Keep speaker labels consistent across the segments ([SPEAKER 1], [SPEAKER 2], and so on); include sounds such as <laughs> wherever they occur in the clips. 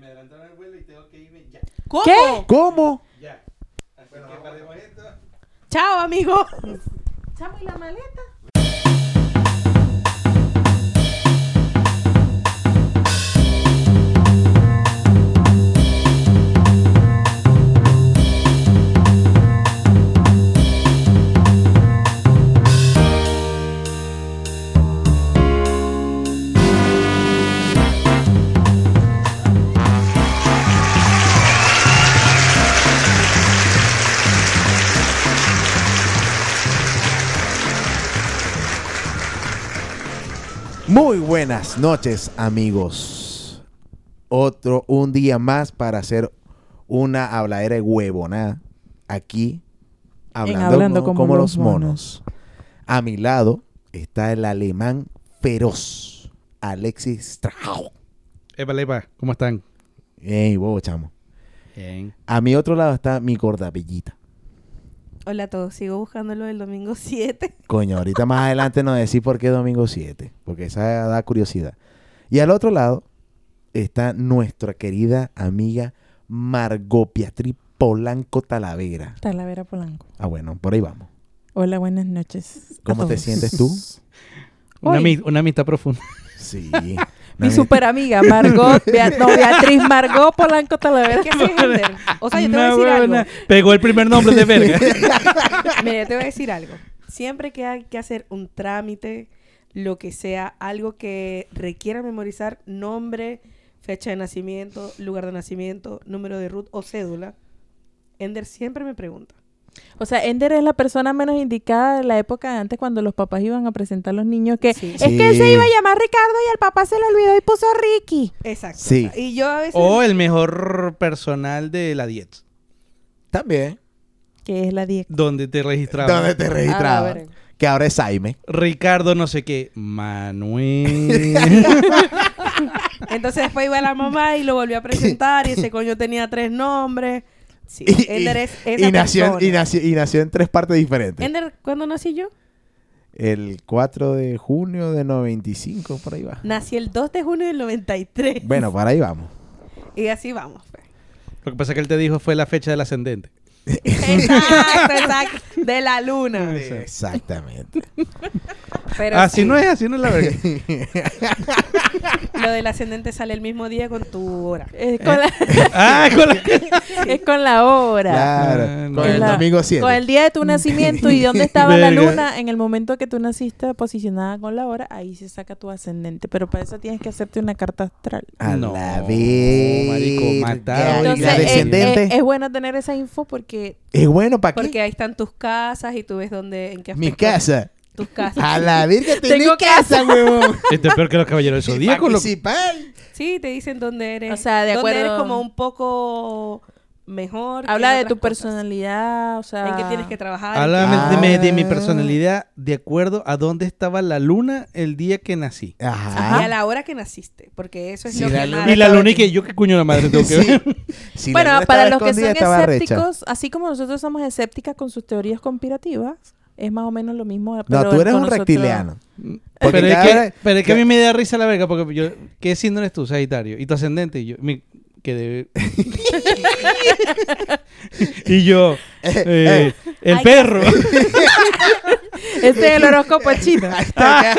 [SPEAKER 1] me adelantaron el vuelo y tengo que irme ya,
[SPEAKER 2] ¿Cómo?
[SPEAKER 3] ¿Qué?
[SPEAKER 4] ¿Cómo?
[SPEAKER 1] ya. Así que para el momento,
[SPEAKER 3] Chao, amigo. Chamo, ¿y la maleta?
[SPEAKER 4] Muy buenas noches, amigos. Otro, un día más para hacer una habladera de huevonada aquí, hablando,
[SPEAKER 3] Hablando
[SPEAKER 4] como,
[SPEAKER 3] como
[SPEAKER 4] como
[SPEAKER 3] los
[SPEAKER 4] los monos. A mi lado está el alemán feroz, Alexis Strauch.
[SPEAKER 5] Epa, lepa, ¿cómo están?
[SPEAKER 4] Ey, bobo, chamo.
[SPEAKER 5] Bien.
[SPEAKER 4] A mi otro lado está mi gordapellita.
[SPEAKER 3] Hola a todos, sigo buscando lo del domingo <laughs> 7.
[SPEAKER 4] Coño, ahorita más adelante nos decís por qué domingo 7, porque esa da curiosidad. Y al otro lado está nuestra querida amiga Margot Piatri Polanco Talavera.
[SPEAKER 2] Talavera Polanco.
[SPEAKER 4] Ah, bueno, por ahí vamos.
[SPEAKER 2] Hola, buenas noches. a
[SPEAKER 4] ¿Cómo te
[SPEAKER 2] todos.
[SPEAKER 4] sientes
[SPEAKER 2] <laughs>
[SPEAKER 4] tú?
[SPEAKER 5] Una,
[SPEAKER 2] Hoy.
[SPEAKER 5] ami- una amistad profunda.
[SPEAKER 4] Sí.
[SPEAKER 2] Mi
[SPEAKER 4] Nami-
[SPEAKER 2] super
[SPEAKER 4] <laughs>
[SPEAKER 2] amiga, Margot, Bea- no, Beatriz Margot Polanco Talavera.
[SPEAKER 3] <laughs> ¿Qué es ese gender? O sea, yo te voy a
[SPEAKER 5] Una
[SPEAKER 3] decir algo.
[SPEAKER 5] huevona. Pegó el primer nombre de
[SPEAKER 3] <laughs>
[SPEAKER 5] verga.
[SPEAKER 3] Mira, yo te voy a decir algo. Siempre que hay que hacer un trámite, lo que sea, algo que requiera memorizar nombre, fecha de nacimiento, lugar de nacimiento, número de RUT o cédula, Ender siempre me pregunta.
[SPEAKER 2] O sea, Ender es la persona menos indicada de la época de antes cuando los papás iban a presentar a los niños que
[SPEAKER 3] Sí.
[SPEAKER 2] es que él se
[SPEAKER 4] Sí.
[SPEAKER 2] iba a llamar Ricardo y al papá se le olvidó y puso Ricky.
[SPEAKER 3] Exacto.
[SPEAKER 4] Sí.
[SPEAKER 3] O sea, Y yo a veces...
[SPEAKER 5] o el mejor personal de la 10,
[SPEAKER 4] También.
[SPEAKER 2] Que es la 10.
[SPEAKER 5] donde te
[SPEAKER 4] ¿Dónde
[SPEAKER 5] registraba.
[SPEAKER 4] te
[SPEAKER 3] Ah,
[SPEAKER 4] registraba?
[SPEAKER 3] bueno.
[SPEAKER 4] que ahora es Jaime.
[SPEAKER 5] Ricardo no sé qué.
[SPEAKER 3] <laughs>
[SPEAKER 5] Manuel.
[SPEAKER 3] Entonces después iba la mamá y lo volvió a presentar y ese coño tenía tres nombres. Sí,
[SPEAKER 4] <laughs> Y,
[SPEAKER 3] Ender
[SPEAKER 4] y-
[SPEAKER 3] es esa
[SPEAKER 4] y nació, en-
[SPEAKER 3] persona.
[SPEAKER 4] y, nació, y nació en tres partes diferentes.
[SPEAKER 3] Ender, ¿cuándo nací yo?
[SPEAKER 4] El 4 de junio de 95, por ahí va.
[SPEAKER 3] Nací el 2 de junio del 93.
[SPEAKER 4] Bueno, para ahí vamos.
[SPEAKER 3] Y así vamos.
[SPEAKER 5] <laughs>
[SPEAKER 3] pues.
[SPEAKER 5] Lo que pasa es que él te dijo fue la fecha del ascendente.
[SPEAKER 3] Exacto, exacto. De la luna.
[SPEAKER 4] Exactamente.
[SPEAKER 3] Pero
[SPEAKER 5] así
[SPEAKER 3] sí,
[SPEAKER 5] Ah, no es, así no es la verga.
[SPEAKER 3] <laughs> Lo del ascendente sale el mismo día con tu
[SPEAKER 5] <laughs>
[SPEAKER 3] hora.
[SPEAKER 4] Eh,
[SPEAKER 2] Es eh, con, la,
[SPEAKER 5] ah,
[SPEAKER 3] <laughs>
[SPEAKER 5] con la-
[SPEAKER 2] es con la hora.
[SPEAKER 4] Claro.
[SPEAKER 5] Ah,
[SPEAKER 4] Con
[SPEAKER 5] no.
[SPEAKER 4] el
[SPEAKER 2] La-
[SPEAKER 4] domingo 7.
[SPEAKER 2] Con el día
[SPEAKER 4] <laughs>
[SPEAKER 2] de tu nacimiento y dónde estaba la
[SPEAKER 5] Verga.
[SPEAKER 2] luna en el momento que tú naciste posicionada con la hora, ahí se saca tu ascendente. Pero para eso tienes que hacerte una carta astral.
[SPEAKER 4] A
[SPEAKER 5] No,
[SPEAKER 4] la vez.
[SPEAKER 5] marico, matado.
[SPEAKER 4] Ya,
[SPEAKER 2] Entonces, eh,
[SPEAKER 4] la
[SPEAKER 2] es-
[SPEAKER 4] descendente.
[SPEAKER 2] es- es bueno tener esa info porque
[SPEAKER 4] Es bueno para
[SPEAKER 3] Porque
[SPEAKER 4] qué.
[SPEAKER 3] ahí están tus casas y tú ves dónde, en qué
[SPEAKER 4] Mi
[SPEAKER 3] aspecto
[SPEAKER 4] casa.
[SPEAKER 3] Tus casas.
[SPEAKER 5] Ah.
[SPEAKER 4] A la virgen tengo
[SPEAKER 2] Tengo
[SPEAKER 4] casa,
[SPEAKER 5] <laughs>
[SPEAKER 4] huevón.
[SPEAKER 5] Esto Este es peor que los caballeros del zodíaco. lo-
[SPEAKER 4] Municipal.
[SPEAKER 3] Sí, te dicen dónde eres.
[SPEAKER 2] O sea, de
[SPEAKER 3] dónde
[SPEAKER 2] acuerdo-
[SPEAKER 3] eres como un poco mejor. que
[SPEAKER 2] Habla
[SPEAKER 3] en
[SPEAKER 2] de
[SPEAKER 3] otras
[SPEAKER 2] tu
[SPEAKER 3] cosas.
[SPEAKER 2] personalidad, o sea.
[SPEAKER 3] En qué tienes que trabajar. en
[SPEAKER 5] Háblame
[SPEAKER 4] Ah.
[SPEAKER 5] de, mi- de mi personalidad de acuerdo a dónde estaba la luna el día que nací.
[SPEAKER 3] qué- Y a
[SPEAKER 4] Ajá.
[SPEAKER 3] la hora que naciste. Porque eso es
[SPEAKER 4] Sí,
[SPEAKER 3] lo
[SPEAKER 4] la
[SPEAKER 3] que
[SPEAKER 4] luna
[SPEAKER 3] marca.
[SPEAKER 5] Y Ah. la luna y que yo qué cuño de la madre tengo que
[SPEAKER 4] Ah, Sí.
[SPEAKER 5] ver.
[SPEAKER 4] Si la
[SPEAKER 2] Bueno,
[SPEAKER 4] luna
[SPEAKER 2] para
[SPEAKER 4] estaba
[SPEAKER 2] los que son
[SPEAKER 4] escondida, estaba recha.
[SPEAKER 2] escépticos, así como nosotros somos escépticas con sus teorías conspirativas, es más o menos lo mismo.
[SPEAKER 4] No,
[SPEAKER 2] pero
[SPEAKER 4] tú eres
[SPEAKER 2] con
[SPEAKER 4] un
[SPEAKER 2] nosotros- <laughs>
[SPEAKER 4] reptiliano. <laughs>
[SPEAKER 5] Ah,
[SPEAKER 4] Porque
[SPEAKER 5] Pero es,
[SPEAKER 4] cada
[SPEAKER 5] que,
[SPEAKER 4] vez-
[SPEAKER 5] pero es que a mí me da risa la verga porque yo... ¿Qué signo eres tú, Sagitario? Y tu ascendente. Y yo... Mi, que de- <laughs> y yo... eh, el
[SPEAKER 3] Ay,
[SPEAKER 5] perro.
[SPEAKER 2] Ese
[SPEAKER 4] <laughs>
[SPEAKER 2] es el horóscopo chino.
[SPEAKER 5] Ah,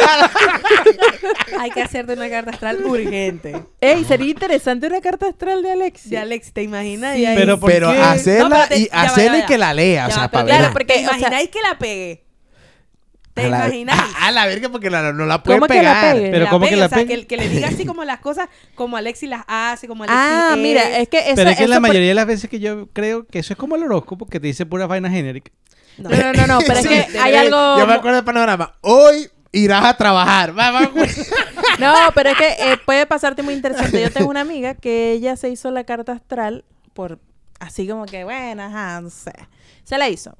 [SPEAKER 3] Hay que hacer de una carta astral urgente.
[SPEAKER 2] Ey, sería interesante una carta astral de Alexis.
[SPEAKER 3] De Alex, ¿te imaginas?
[SPEAKER 2] Sí.
[SPEAKER 3] Y ahí-
[SPEAKER 5] Pero ¿por
[SPEAKER 4] Pero
[SPEAKER 5] qué?
[SPEAKER 3] No,
[SPEAKER 4] hacerla
[SPEAKER 3] espérate, ya
[SPEAKER 4] y
[SPEAKER 3] va,
[SPEAKER 4] hacerla
[SPEAKER 3] ya
[SPEAKER 4] y
[SPEAKER 3] va,
[SPEAKER 4] que
[SPEAKER 3] ya
[SPEAKER 4] la lea, o
[SPEAKER 3] Ya,
[SPEAKER 4] sea,
[SPEAKER 3] pero claro,
[SPEAKER 4] para ver.
[SPEAKER 2] verla.
[SPEAKER 3] porque
[SPEAKER 2] O sea-
[SPEAKER 3] imagináis que la pegué. ¿Te
[SPEAKER 4] A la-
[SPEAKER 3] imagináis?
[SPEAKER 4] <laughs> A la verga porque la- no la puede
[SPEAKER 2] ¿Cómo que la
[SPEAKER 4] pegar.
[SPEAKER 2] pegue?
[SPEAKER 5] Ah, Pero ¿cómo que la
[SPEAKER 3] o sea,
[SPEAKER 5] pegue?
[SPEAKER 3] que, que le diga así como las cosas, como Alexi las hace, como Alexi
[SPEAKER 2] Ah,
[SPEAKER 3] es.
[SPEAKER 2] mira, es que eso,
[SPEAKER 5] pero es que
[SPEAKER 2] eso
[SPEAKER 5] la
[SPEAKER 2] por-
[SPEAKER 5] mayoría de las veces que yo creo que eso es como el horóscopo que te dice pura vaina genérica.
[SPEAKER 3] No,
[SPEAKER 2] No, no, no, no, pero
[SPEAKER 3] Sí,
[SPEAKER 2] es que
[SPEAKER 3] de
[SPEAKER 2] hay
[SPEAKER 3] ver-
[SPEAKER 2] algo...
[SPEAKER 4] Yo me acuerdo del panorama. Hoy irás a trabajar. Va, va,
[SPEAKER 3] <laughs>
[SPEAKER 4] güey.
[SPEAKER 2] <laughs> No, pero es que eh, puede pasarte muy interesante. Yo tengo una amiga que ella se hizo la carta astral por así como que, bueno, ajá, no sé. Se la hizo.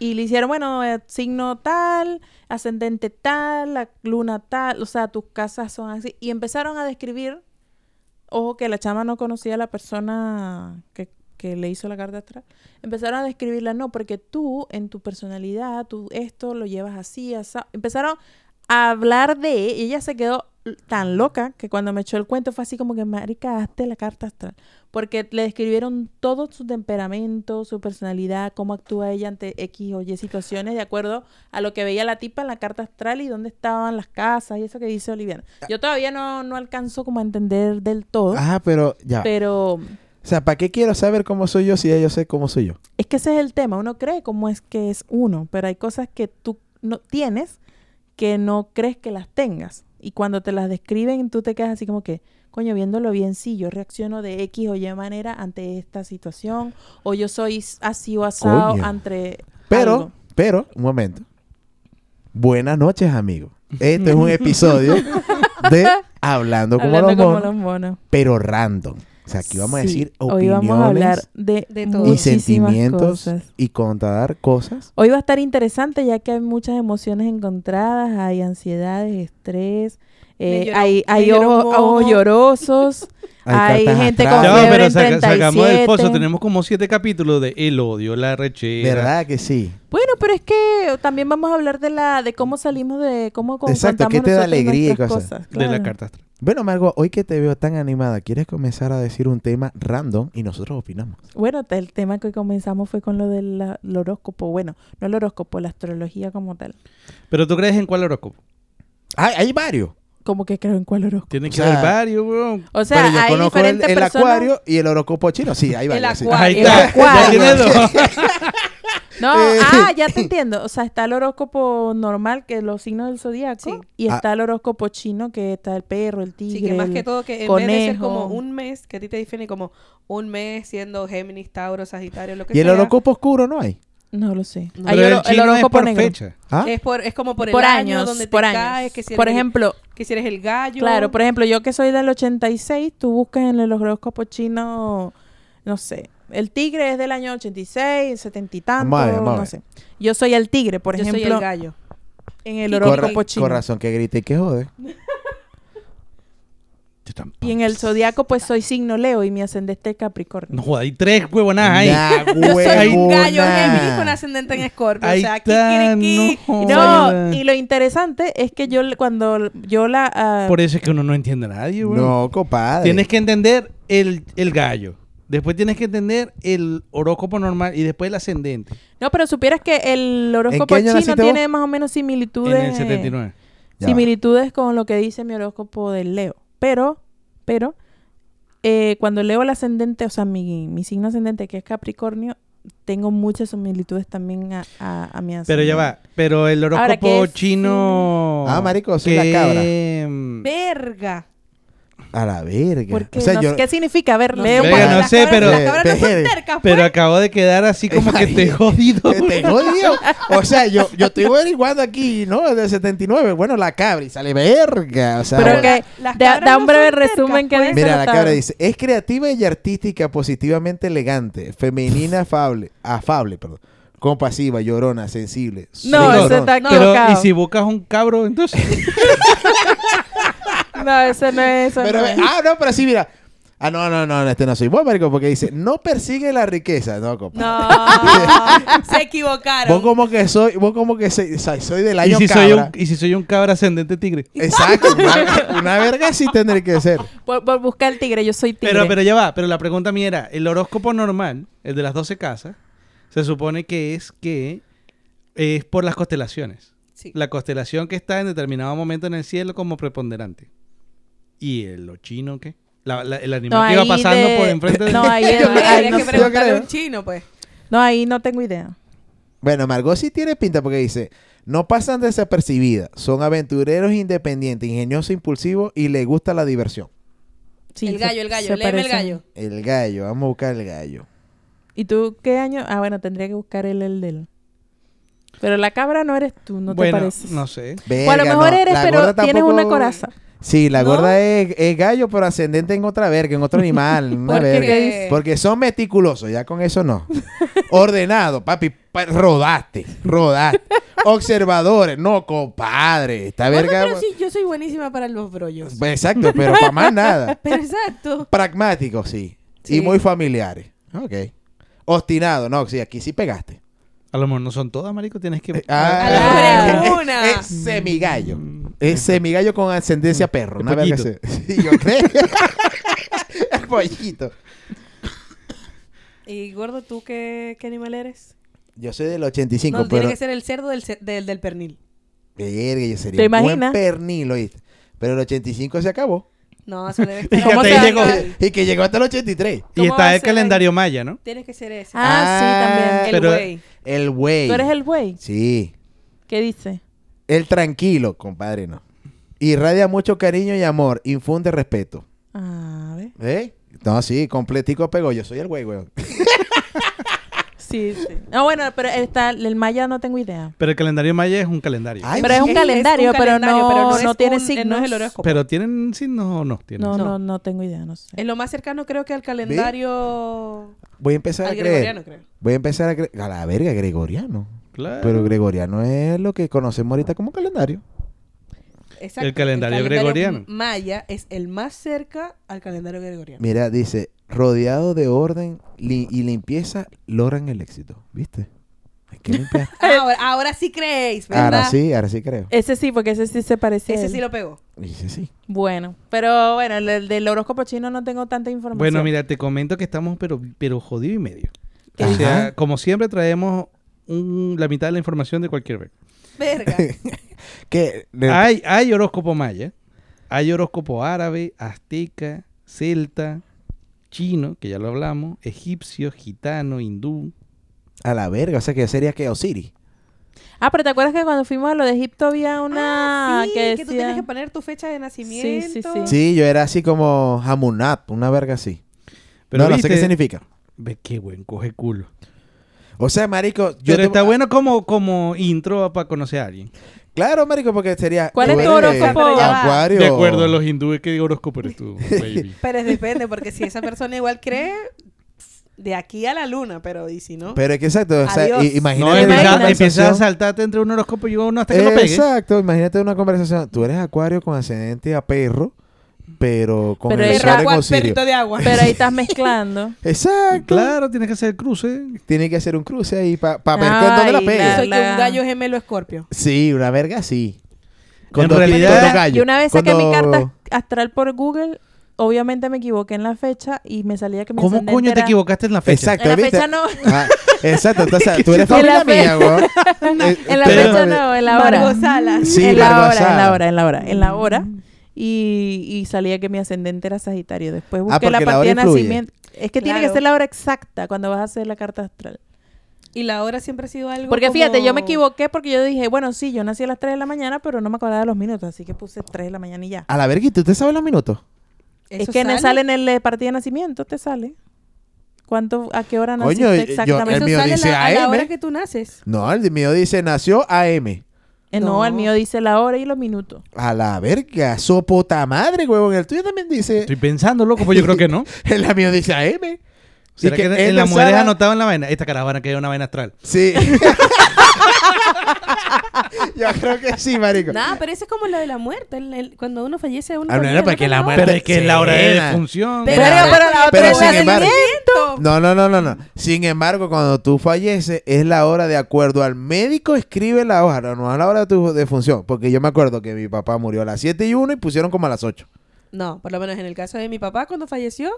[SPEAKER 2] Y le hicieron, bueno, eh, signo tal, ascendente tal, la luna tal, o sea, tus casas son así. Y empezaron a describir, ojo que la chama no conocía a la persona que, que le hizo la carta astral. Empezaron a describirla, no, porque tú en tu personalidad, tú esto lo llevas así, así. Empezaron a hablar de, y ella se quedó tan loca que cuando me echó el cuento fue así como que, marica, hazte la carta astral. Porque le describieron todo su temperamento, su personalidad, cómo actúa ella ante X o Y situaciones, de acuerdo a lo que veía la tipa en la carta astral y dónde estaban las casas y eso que dice Oliviana. Yo todavía no, no alcanzo como a entender del todo,
[SPEAKER 4] Ah, pero ya. va.
[SPEAKER 2] pero
[SPEAKER 4] o sea, ¿para qué quiero saber cómo soy yo si ya yo sé cómo soy yo?
[SPEAKER 2] es que ese es el tema. Uno cree cómo es que es uno, pero hay cosas que tú no tienes que no crees que las tengas. Y cuando te las describen, tú te quedas así como que, coño, viéndolo bien, sí, yo reacciono de X o Y manera ante esta situación, o yo soy s- así o asado
[SPEAKER 4] Coño.
[SPEAKER 2] ante.
[SPEAKER 4] Pero,
[SPEAKER 2] algo.
[SPEAKER 4] pero, un momento. Buenas noches, amigos. Este es un
[SPEAKER 2] <laughs>
[SPEAKER 4] episodio de Hablando como
[SPEAKER 2] Hablando
[SPEAKER 4] los
[SPEAKER 2] como
[SPEAKER 4] monos,
[SPEAKER 2] los monos.
[SPEAKER 4] pero random. O sea, aquí vamos a
[SPEAKER 2] Sí,
[SPEAKER 4] decir
[SPEAKER 2] Hoy
[SPEAKER 4] opiniones
[SPEAKER 2] vamos a hablar de,
[SPEAKER 3] de todo.
[SPEAKER 4] y
[SPEAKER 2] muchísimas
[SPEAKER 4] sentimientos
[SPEAKER 2] cosas.
[SPEAKER 4] y contar cosas.
[SPEAKER 2] Hoy va a estar interesante ya que hay muchas emociones encontradas, hay ansiedades, estrés, eh,
[SPEAKER 3] Me lloró-
[SPEAKER 2] hay,
[SPEAKER 3] me
[SPEAKER 2] hay
[SPEAKER 3] lloró un
[SPEAKER 2] ojos,
[SPEAKER 3] mojo.
[SPEAKER 2] ojos llorosos, Hay
[SPEAKER 4] cartas
[SPEAKER 2] gente
[SPEAKER 5] Ya,
[SPEAKER 4] astrales.
[SPEAKER 5] va,
[SPEAKER 2] fiebre
[SPEAKER 5] Ah, pero
[SPEAKER 2] en
[SPEAKER 5] saca- sacamos del
[SPEAKER 2] 37.
[SPEAKER 5] pozo. Tenemos como siete capítulos de el odio, la rechera.
[SPEAKER 4] ¿Verdad que sí?
[SPEAKER 2] <laughs> Bueno, pero es que también vamos a hablar de la de cómo salimos de cómo con-
[SPEAKER 4] Exacto,
[SPEAKER 2] contamos
[SPEAKER 4] ¿qué te da
[SPEAKER 2] nosotros
[SPEAKER 4] alegría y
[SPEAKER 2] nuestras
[SPEAKER 4] cosas?
[SPEAKER 5] De la
[SPEAKER 2] claro.
[SPEAKER 5] carta astral.
[SPEAKER 4] Bueno, Margot, hoy que te veo tan animada, ¿quieres comenzar a decir un tema random y nosotros opinamos?
[SPEAKER 2] Bueno, te- el tema que comenzamos fue con lo del la- el horóscopo. Bueno, no el horóscopo, la astrología como tal.
[SPEAKER 5] Pero tú crees en cuál horóscopo.
[SPEAKER 4] Ah, hay varios.
[SPEAKER 2] Como que creo en cuál horóscopo.
[SPEAKER 5] Tiene
[SPEAKER 4] O
[SPEAKER 5] que
[SPEAKER 4] sea,
[SPEAKER 5] haber varios, weón.
[SPEAKER 2] O sea,
[SPEAKER 4] Pero yo
[SPEAKER 2] hay
[SPEAKER 4] conozco el,
[SPEAKER 2] diferentes
[SPEAKER 4] el
[SPEAKER 2] personas.
[SPEAKER 4] acuario y el horóscopo chino. Sí, hay varios. sí. Ah,
[SPEAKER 3] acuario.
[SPEAKER 5] Ahí está.
[SPEAKER 2] <laughs> el
[SPEAKER 5] Ya
[SPEAKER 2] acuario.
[SPEAKER 5] tiene dos.
[SPEAKER 2] No,
[SPEAKER 4] <laughs> Eh.
[SPEAKER 2] ah, ya te entiendo. O sea, está el horóscopo normal, que los signos del zodiaco,
[SPEAKER 3] Sí.
[SPEAKER 2] y
[SPEAKER 4] Ah.
[SPEAKER 2] está el horóscopo chino, que está el perro, el tigre.
[SPEAKER 3] Sí, que más
[SPEAKER 2] el-
[SPEAKER 3] que todo, que en vez de ser como
[SPEAKER 2] conejo.
[SPEAKER 3] un mes, que a ti te define como un mes siendo Géminis, Tauro, Sagitario, lo que
[SPEAKER 4] Y el
[SPEAKER 3] sea.
[SPEAKER 4] horóscopo oscuro no hay.
[SPEAKER 2] No lo sé. Hay
[SPEAKER 5] Pero el
[SPEAKER 2] horo- el
[SPEAKER 5] chino es
[SPEAKER 2] horóscopo
[SPEAKER 5] por
[SPEAKER 2] negro.
[SPEAKER 5] fecha.
[SPEAKER 4] ¿Ah?
[SPEAKER 3] Es, por, es como por el
[SPEAKER 2] por
[SPEAKER 3] año
[SPEAKER 2] años,
[SPEAKER 3] donde te
[SPEAKER 2] por
[SPEAKER 3] caes,
[SPEAKER 2] años.
[SPEAKER 3] que si eres,
[SPEAKER 2] por
[SPEAKER 3] el-
[SPEAKER 2] ejemplo,
[SPEAKER 3] que si eres el gallo.
[SPEAKER 2] claro, por ejemplo, yo que soy del 86, tú buscas en el horóscopo chino, no sé, el tigre es del año 86, 70 y tanto,
[SPEAKER 4] Vamos a ver, vamos a
[SPEAKER 2] no
[SPEAKER 4] ver.
[SPEAKER 2] sé. Yo soy el tigre, por
[SPEAKER 3] yo soy
[SPEAKER 2] ejemplo,
[SPEAKER 3] el gallo.
[SPEAKER 2] en el
[SPEAKER 3] Y
[SPEAKER 2] horóscopo
[SPEAKER 4] Corra-
[SPEAKER 2] chino.
[SPEAKER 4] Con razón que grite y que jode.
[SPEAKER 2] Y en el zodiaco pues soy signo Leo y mi ascendente es
[SPEAKER 5] No,
[SPEAKER 2] Capricornio.
[SPEAKER 5] joda, hay tres huevonas ahí. <laughs>
[SPEAKER 4] Nah,
[SPEAKER 3] Yo soy un
[SPEAKER 4] huevona.
[SPEAKER 3] gallo Géminis con ascendente en Escorpio. O
[SPEAKER 5] Ahí
[SPEAKER 3] sea,
[SPEAKER 5] está,
[SPEAKER 3] kikiriki.
[SPEAKER 4] Oh,
[SPEAKER 5] no.
[SPEAKER 2] No, y lo interesante es que yo le- cuando yo la ah,
[SPEAKER 4] e-
[SPEAKER 5] Por eso es que uno no entiende a nadie, weón.
[SPEAKER 4] No, compadre.
[SPEAKER 5] Tienes que entender el, el gallo. Después tienes que entender el horóscopo normal y después el ascendente.
[SPEAKER 2] No, pero supieras que el horóscopo
[SPEAKER 4] año
[SPEAKER 2] chino
[SPEAKER 4] naciste
[SPEAKER 2] tiene más o menos similitudes
[SPEAKER 5] en el 79.
[SPEAKER 4] Ya va.
[SPEAKER 2] similitudes con lo que dice mi horóscopo del Leo. Pero, pero, eh, cuando leo el ascendente, o sea, mi, mi signo ascendente, que es Capricornio, tengo muchas similitudes también a, a, a mi ascendente.
[SPEAKER 5] Pero ya va. Pero el
[SPEAKER 2] Ahora, ¿qué
[SPEAKER 5] horóscopo
[SPEAKER 2] es?
[SPEAKER 5] chino.
[SPEAKER 4] Ah, marico, soy la cabra.
[SPEAKER 5] mm,
[SPEAKER 3] Verga.
[SPEAKER 4] A la verga.
[SPEAKER 2] Porque,
[SPEAKER 4] o sea,
[SPEAKER 2] no-
[SPEAKER 4] yo...
[SPEAKER 2] ¿Qué significa? A ver,
[SPEAKER 3] No
[SPEAKER 2] leo.
[SPEAKER 5] sé.
[SPEAKER 3] sé,
[SPEAKER 5] Verga,
[SPEAKER 2] para-
[SPEAKER 5] no
[SPEAKER 3] las
[SPEAKER 5] sé, pero-
[SPEAKER 3] cabras- Las cabras no son
[SPEAKER 4] Verga.
[SPEAKER 3] tercas, pues.
[SPEAKER 5] Pero acabo de quedar así como que te he jodido. <laughs>
[SPEAKER 4] Te
[SPEAKER 5] weón.
[SPEAKER 4] tengo jodido. O sea, yo, yo estoy averiguando aquí, ¿no? Del 79. Bueno, la cabra y sale verga. O sea,
[SPEAKER 2] Pero
[SPEAKER 4] bueno.
[SPEAKER 2] que-
[SPEAKER 3] las
[SPEAKER 2] da-
[SPEAKER 3] cabras
[SPEAKER 2] da un
[SPEAKER 3] no
[SPEAKER 2] breve
[SPEAKER 3] son tercas,
[SPEAKER 2] resumen que
[SPEAKER 3] pues.
[SPEAKER 2] dice
[SPEAKER 4] Mira,
[SPEAKER 2] la
[SPEAKER 4] la
[SPEAKER 2] cabra.
[SPEAKER 4] cabra dice, es creativa y artística, positivamente elegante, femenina afable, afable, perdón, compasiva, llorona, sensible.
[SPEAKER 2] No,
[SPEAKER 5] Sí,
[SPEAKER 2] ese
[SPEAKER 4] sudorona".
[SPEAKER 2] está
[SPEAKER 3] no.
[SPEAKER 5] Pero,
[SPEAKER 2] equivocado.
[SPEAKER 5] ¿y si buscas un cabro, <laughs> entonces?
[SPEAKER 2] No, ese no es. ese
[SPEAKER 4] Pero,
[SPEAKER 2] no
[SPEAKER 4] ve-
[SPEAKER 2] es.
[SPEAKER 4] ah, no, pero sí, mira. Ah, no, no, no, este no soy vos, marico, porque dice, no persigue la riqueza, no, compadre.
[SPEAKER 2] <laughs>
[SPEAKER 3] No, se equivocaron.
[SPEAKER 4] Vos como que soy, vos como que soy, soy- soy del
[SPEAKER 5] ¿Y
[SPEAKER 4] año
[SPEAKER 5] si,
[SPEAKER 4] cabra.
[SPEAKER 5] soy un, ¿Y si soy un cabra ascendente tigre?
[SPEAKER 4] Exacto, una, una verga sí tendré que ser.
[SPEAKER 2] Por, por buscar el tigre, yo soy tigre.
[SPEAKER 5] Pero, pero ya va, pero la pregunta mía era, el horóscopo normal, el de las 12 casas, se supone que es que es por las constelaciones.
[SPEAKER 3] Sí.
[SPEAKER 5] La constelación que está en determinado momento en el cielo como preponderante. ¿Y el lo chino qué? La- la- el animal
[SPEAKER 2] No,
[SPEAKER 5] que iba
[SPEAKER 2] ahí
[SPEAKER 5] pasando
[SPEAKER 2] de-
[SPEAKER 5] por enfrente de...
[SPEAKER 2] <laughs> No,
[SPEAKER 5] <laughs>
[SPEAKER 2] ahí,
[SPEAKER 3] Yo creo que
[SPEAKER 2] ahí
[SPEAKER 3] habría
[SPEAKER 2] no,
[SPEAKER 3] que
[SPEAKER 2] sé.
[SPEAKER 4] preguntar.
[SPEAKER 3] preguntarle a
[SPEAKER 4] creo.
[SPEAKER 3] un chino, pues.
[SPEAKER 2] No, ahí no tengo idea.
[SPEAKER 4] Bueno, Margot sí tiene pinta porque dice, no pasan desapercibidas, son aventureros independientes, ingeniosos, impulsivos y le gusta la diversión.
[SPEAKER 2] Sí,
[SPEAKER 3] el
[SPEAKER 2] se-
[SPEAKER 3] gallo, el gallo.
[SPEAKER 2] se
[SPEAKER 3] Léeme el
[SPEAKER 2] parecen.
[SPEAKER 3] gallo.
[SPEAKER 4] El gallo, vamos a buscar el gallo.
[SPEAKER 2] ¿Y tú qué año? Ah, bueno, tendría que buscar el, el del. Pero la cabra no eres tú, no
[SPEAKER 5] bueno,
[SPEAKER 2] te pareces.
[SPEAKER 5] no sé.
[SPEAKER 2] O a
[SPEAKER 4] Verga,
[SPEAKER 2] lo mejor
[SPEAKER 4] no,
[SPEAKER 2] eres,
[SPEAKER 4] la
[SPEAKER 2] pero
[SPEAKER 4] gorda
[SPEAKER 2] tienes
[SPEAKER 4] tampoco-
[SPEAKER 2] una coraza.
[SPEAKER 4] Sí, la
[SPEAKER 3] ¿No?
[SPEAKER 4] gorda es, es gallo, pero ascendente en otra verga,
[SPEAKER 2] <laughs>
[SPEAKER 4] en otro animal. una
[SPEAKER 3] Porque-
[SPEAKER 4] verga. Porque son meticulosos, ya con eso
[SPEAKER 2] <laughs>
[SPEAKER 4] no. Ordenado, papi, pa- rodaste, rodaste. Observadores, no, compadre. Esta
[SPEAKER 3] Bueno,
[SPEAKER 4] verga.
[SPEAKER 3] pero sí, yo soy buenísima para los brollos.
[SPEAKER 4] Pues, Exacto, pero para más nada.
[SPEAKER 3] Pero <laughs> exacto.
[SPEAKER 4] Pragmáticos, sí. Y
[SPEAKER 3] Sí.
[SPEAKER 4] muy familiares. Ok. Obstinado, no, sí, aquí sí pegaste.
[SPEAKER 5] A lo mejor no son todas, marico, tienes que...
[SPEAKER 4] Eh, <laughs> ah, <laughs>
[SPEAKER 3] A la
[SPEAKER 4] eh,
[SPEAKER 3] orejona.
[SPEAKER 4] Es semigallo.
[SPEAKER 5] Mm,
[SPEAKER 4] Es semigallo con ascendencia perro.
[SPEAKER 5] El
[SPEAKER 4] Una verga
[SPEAKER 5] pollito.
[SPEAKER 4] así. <laughs> Sí, yo creo. El pollito.
[SPEAKER 3] Y gordo, ¿tú qué, qué animal eres?
[SPEAKER 4] Yo soy del 85,
[SPEAKER 3] no,
[SPEAKER 4] pero...
[SPEAKER 3] tiene que ser el cerdo del, cer- del, del pernil.
[SPEAKER 4] Verga, yo sería
[SPEAKER 2] ¿Te
[SPEAKER 4] un buen
[SPEAKER 2] imaginas?
[SPEAKER 4] pernil, ¿oíste? Pero el 85 se acabó.
[SPEAKER 3] No, eso debe
[SPEAKER 5] Y
[SPEAKER 3] estar.
[SPEAKER 5] hasta
[SPEAKER 3] ¿Cómo
[SPEAKER 5] ahí
[SPEAKER 3] te va a
[SPEAKER 5] llegó.
[SPEAKER 3] llegar?
[SPEAKER 4] <laughs> Y que llegó hasta el 83.
[SPEAKER 5] Y
[SPEAKER 3] ¿Cómo va a
[SPEAKER 5] está el
[SPEAKER 3] ser ahí?
[SPEAKER 5] calendario maya, ¿no?
[SPEAKER 3] Tienes que ser ese.
[SPEAKER 2] Ah, sí,
[SPEAKER 4] Ah,
[SPEAKER 2] también.
[SPEAKER 3] el
[SPEAKER 5] pero-
[SPEAKER 3] güey.
[SPEAKER 4] El güey.
[SPEAKER 2] ¿Tú eres el güey?
[SPEAKER 4] Sí.
[SPEAKER 2] ¿Qué dice?
[SPEAKER 4] El tranquilo, compadre, no. Irradia mucho cariño y amor. Infunde respeto.
[SPEAKER 2] A ver.
[SPEAKER 4] ¿Eh? No, sí, completico pego. Yo soy el güey, güey.
[SPEAKER 2] Sí, sí. No, bueno, pero está, el maya no tengo idea.
[SPEAKER 5] Pero el calendario maya es un calendario.
[SPEAKER 4] Ay,
[SPEAKER 2] Pero es un
[SPEAKER 3] Es- es
[SPEAKER 2] calendario,
[SPEAKER 3] un
[SPEAKER 2] pero,
[SPEAKER 3] calendario,
[SPEAKER 2] no,
[SPEAKER 3] pero no
[SPEAKER 2] no,
[SPEAKER 3] es
[SPEAKER 2] tiene
[SPEAKER 3] un- eh,
[SPEAKER 2] signos.
[SPEAKER 3] no es el horóscopo.
[SPEAKER 5] Pero tienen signos o no tienen.
[SPEAKER 2] No,
[SPEAKER 5] signos?
[SPEAKER 2] no, no tengo idea, no sé.
[SPEAKER 3] Es lo más cercano, creo que al calendario.
[SPEAKER 4] Voy a empezar
[SPEAKER 3] Al
[SPEAKER 4] a creer.
[SPEAKER 3] gregoriano, creo.
[SPEAKER 4] Voy a empezar a creer. A la verga, gregoriano.
[SPEAKER 5] Claro.
[SPEAKER 4] Pero gregoriano es lo que conocemos ahorita como calendario.
[SPEAKER 3] Exacto.
[SPEAKER 5] calendario gregoriano.
[SPEAKER 3] Maya es el más cerca al calendario gregoriano.
[SPEAKER 4] Mira, dice, rodeado de orden li- y limpieza, logran el éxito. ¿Viste? Hay que limpiar.
[SPEAKER 2] <laughs>
[SPEAKER 3] Ahora, ahora sí creéis, ¿verdad?
[SPEAKER 4] ahora sí, ahora sí creo.
[SPEAKER 2] Ese sí, porque ese sí se parece. a
[SPEAKER 3] Ese
[SPEAKER 2] él.
[SPEAKER 3] sí lo pegó.
[SPEAKER 4] Dice sí.
[SPEAKER 2] Bueno, pero bueno, el, el del horóscopo chino no tengo tanta información.
[SPEAKER 5] Bueno, mira, te comento que estamos pero, pero jodido y medio.
[SPEAKER 4] ¿Qué
[SPEAKER 5] O sea,
[SPEAKER 4] dices?
[SPEAKER 5] como siempre traemos un- la mitad de la información de cualquier vez.
[SPEAKER 4] <laughs>
[SPEAKER 2] Ah,
[SPEAKER 3] Verga.
[SPEAKER 4] Que de-
[SPEAKER 5] Hay, hay horóscopo maya, hay horóscopo árabe, azteca, celta, chino, que ya lo hablamos, egipcio, gitano, hindú.
[SPEAKER 4] a la verga, o sea que sería que Osiris.
[SPEAKER 2] Ah, pero ¿te acuerdas que cuando fuimos a lo de Egipto había una
[SPEAKER 3] Ah, sí,
[SPEAKER 2] que
[SPEAKER 3] que,
[SPEAKER 2] decía...
[SPEAKER 3] tú tienes que poner tu fecha de nacimiento.
[SPEAKER 2] Sí, sí, sí.
[SPEAKER 4] Sí, yo era así como Hamunap, una verga así.
[SPEAKER 5] Pero
[SPEAKER 4] no, no sé
[SPEAKER 5] viste-
[SPEAKER 4] qué significa.
[SPEAKER 5] Ve qué buen coge culo.
[SPEAKER 4] O sea, marico, yo
[SPEAKER 5] Pero
[SPEAKER 4] te-
[SPEAKER 5] está bueno como, como intro para conocer a alguien.
[SPEAKER 4] Claro, marico, porque sería
[SPEAKER 2] ¿Cuál
[SPEAKER 4] tú
[SPEAKER 2] es tu
[SPEAKER 4] eres
[SPEAKER 2] horóscopo?
[SPEAKER 4] Acuario.
[SPEAKER 5] De acuerdo a los hindúes, ¿qué horóscopo eres
[SPEAKER 4] <laughs>
[SPEAKER 5] tú, baby?
[SPEAKER 3] Pero depende, porque si esa persona igual cree, de aquí a la luna, pero y si no.
[SPEAKER 4] Pero es que exacto, o sea,
[SPEAKER 3] Adiós.
[SPEAKER 4] i-
[SPEAKER 5] No,
[SPEAKER 4] imagínate
[SPEAKER 2] en
[SPEAKER 4] una
[SPEAKER 2] verdad,
[SPEAKER 5] empieza, empieza a
[SPEAKER 4] conversación-
[SPEAKER 5] saltarte entre un horóscopo y uno hasta que lo pegues.
[SPEAKER 4] Exacto, imagínate una conversación. Tú eres acuario con ascendente a perro, pero con
[SPEAKER 2] Pero
[SPEAKER 4] el
[SPEAKER 2] es
[SPEAKER 4] sol en
[SPEAKER 3] agua,
[SPEAKER 4] Osirio.
[SPEAKER 3] perrito de agua. <laughs>
[SPEAKER 2] Pero ahí estás
[SPEAKER 5] <laughs>
[SPEAKER 2] mezclando.
[SPEAKER 4] Exacto.
[SPEAKER 5] Claro, tienes que hacer el cruce.
[SPEAKER 4] Tiene que hacer un cruce ahí para ver con
[SPEAKER 2] Ay,
[SPEAKER 4] dónde la pega.
[SPEAKER 2] la-
[SPEAKER 3] Soy que
[SPEAKER 2] la-
[SPEAKER 3] un gallo gemelo escorpio.
[SPEAKER 4] Sí, una verga sí.
[SPEAKER 5] En
[SPEAKER 4] dos-
[SPEAKER 5] realidad-
[SPEAKER 4] dos gallos.
[SPEAKER 2] Yo una vez saqué mi
[SPEAKER 4] Cuando-
[SPEAKER 2] carta astral por Google, obviamente me equivoqué en la fecha y me salía que mi
[SPEAKER 5] ¿Cómo
[SPEAKER 2] ascendente
[SPEAKER 5] coño te
[SPEAKER 2] era-
[SPEAKER 5] equivocaste en la fecha?
[SPEAKER 4] Exacto,
[SPEAKER 2] En la
[SPEAKER 4] ¿viste?
[SPEAKER 2] fecha no.
[SPEAKER 4] Ah, exacto, entonces
[SPEAKER 2] <laughs>
[SPEAKER 4] tú eres
[SPEAKER 2] En la
[SPEAKER 4] familia mía,
[SPEAKER 2] fe- <laughs>
[SPEAKER 4] weón. Eh,
[SPEAKER 2] En la
[SPEAKER 4] tú eres
[SPEAKER 2] fecha
[SPEAKER 4] familia-
[SPEAKER 2] no, en la hora.
[SPEAKER 3] Margot Salas.
[SPEAKER 4] Sí,
[SPEAKER 2] en la
[SPEAKER 4] Margot
[SPEAKER 2] hora, en la
[SPEAKER 4] Salas.
[SPEAKER 2] hora, en la hora, en la hora.
[SPEAKER 3] Mm.
[SPEAKER 2] Y, y salía que mi ascendente era Sagitario. Después busqué la
[SPEAKER 4] Ah, porque la
[SPEAKER 2] partida de
[SPEAKER 4] hora influye.
[SPEAKER 2] nacimiento. Es que tiene que
[SPEAKER 3] Claro.
[SPEAKER 2] ser la hora exacta cuando vas a hacer la carta astral.
[SPEAKER 3] Y la hora siempre ha sido algo.
[SPEAKER 2] Porque fíjate, yo me
[SPEAKER 3] como-
[SPEAKER 2] equivoqué porque yo dije, bueno, sí, yo nací a las 3 de la mañana, pero no me acordaba de los minutos, así que puse 3 de la mañana y ya.
[SPEAKER 4] A la verga, ¿y tú te sabes los minutos?
[SPEAKER 2] Es
[SPEAKER 3] ¿Eso
[SPEAKER 2] que me sale en el eh, partida de nacimiento, te sale. ¿Cuánto, a qué hora naciste
[SPEAKER 4] Coño, eh, yo-
[SPEAKER 2] exactamente?
[SPEAKER 4] el
[SPEAKER 3] Eso
[SPEAKER 4] mío
[SPEAKER 3] sale a
[SPEAKER 4] dice
[SPEAKER 3] la- a la
[SPEAKER 4] AM.
[SPEAKER 3] hora que tú naces.
[SPEAKER 4] No, el mío dice nació AM.
[SPEAKER 2] Eh, no,
[SPEAKER 3] No.
[SPEAKER 2] el mío dice la hora y los minutos.
[SPEAKER 4] A la verga, sopota madre, huevón. El tuyo también dice.
[SPEAKER 5] Estoy pensando, loco, pues yo creo que
[SPEAKER 4] <laughs>
[SPEAKER 5] no.
[SPEAKER 4] El la mío dice AM.
[SPEAKER 5] ¿Será
[SPEAKER 4] que
[SPEAKER 5] que, en
[SPEAKER 4] él
[SPEAKER 5] las
[SPEAKER 4] no
[SPEAKER 5] mujeres
[SPEAKER 4] sabe-
[SPEAKER 5] anotaban la vaina? Esta caravana que es una vaina astral.
[SPEAKER 4] Sí. <laughs> Yo creo que sí, marico.
[SPEAKER 3] Nada, pero eso es como lo de la muerte. el- el- cuando uno fallece, uno.
[SPEAKER 4] Ah, no,
[SPEAKER 3] también,
[SPEAKER 4] no, porque
[SPEAKER 3] te
[SPEAKER 4] la
[SPEAKER 3] acordás?
[SPEAKER 4] muerte- Pero es que es la hora de
[SPEAKER 5] defunción.
[SPEAKER 3] Pero,
[SPEAKER 4] Verga,
[SPEAKER 3] pero la otra
[SPEAKER 4] pero
[SPEAKER 3] es la
[SPEAKER 4] sin
[SPEAKER 3] del
[SPEAKER 4] embargo-
[SPEAKER 3] viento.
[SPEAKER 4] No, no, no, no, no. Sin embargo, cuando tú falleces, es la hora de acuerdo al médico, escribe la hoja, no, no es la hora de tu defunción. Porque yo me acuerdo que mi papá murió a las 7 y 1 y pusieron como a las 8.
[SPEAKER 3] No, por lo menos en el caso de mi papá, cuando falleció,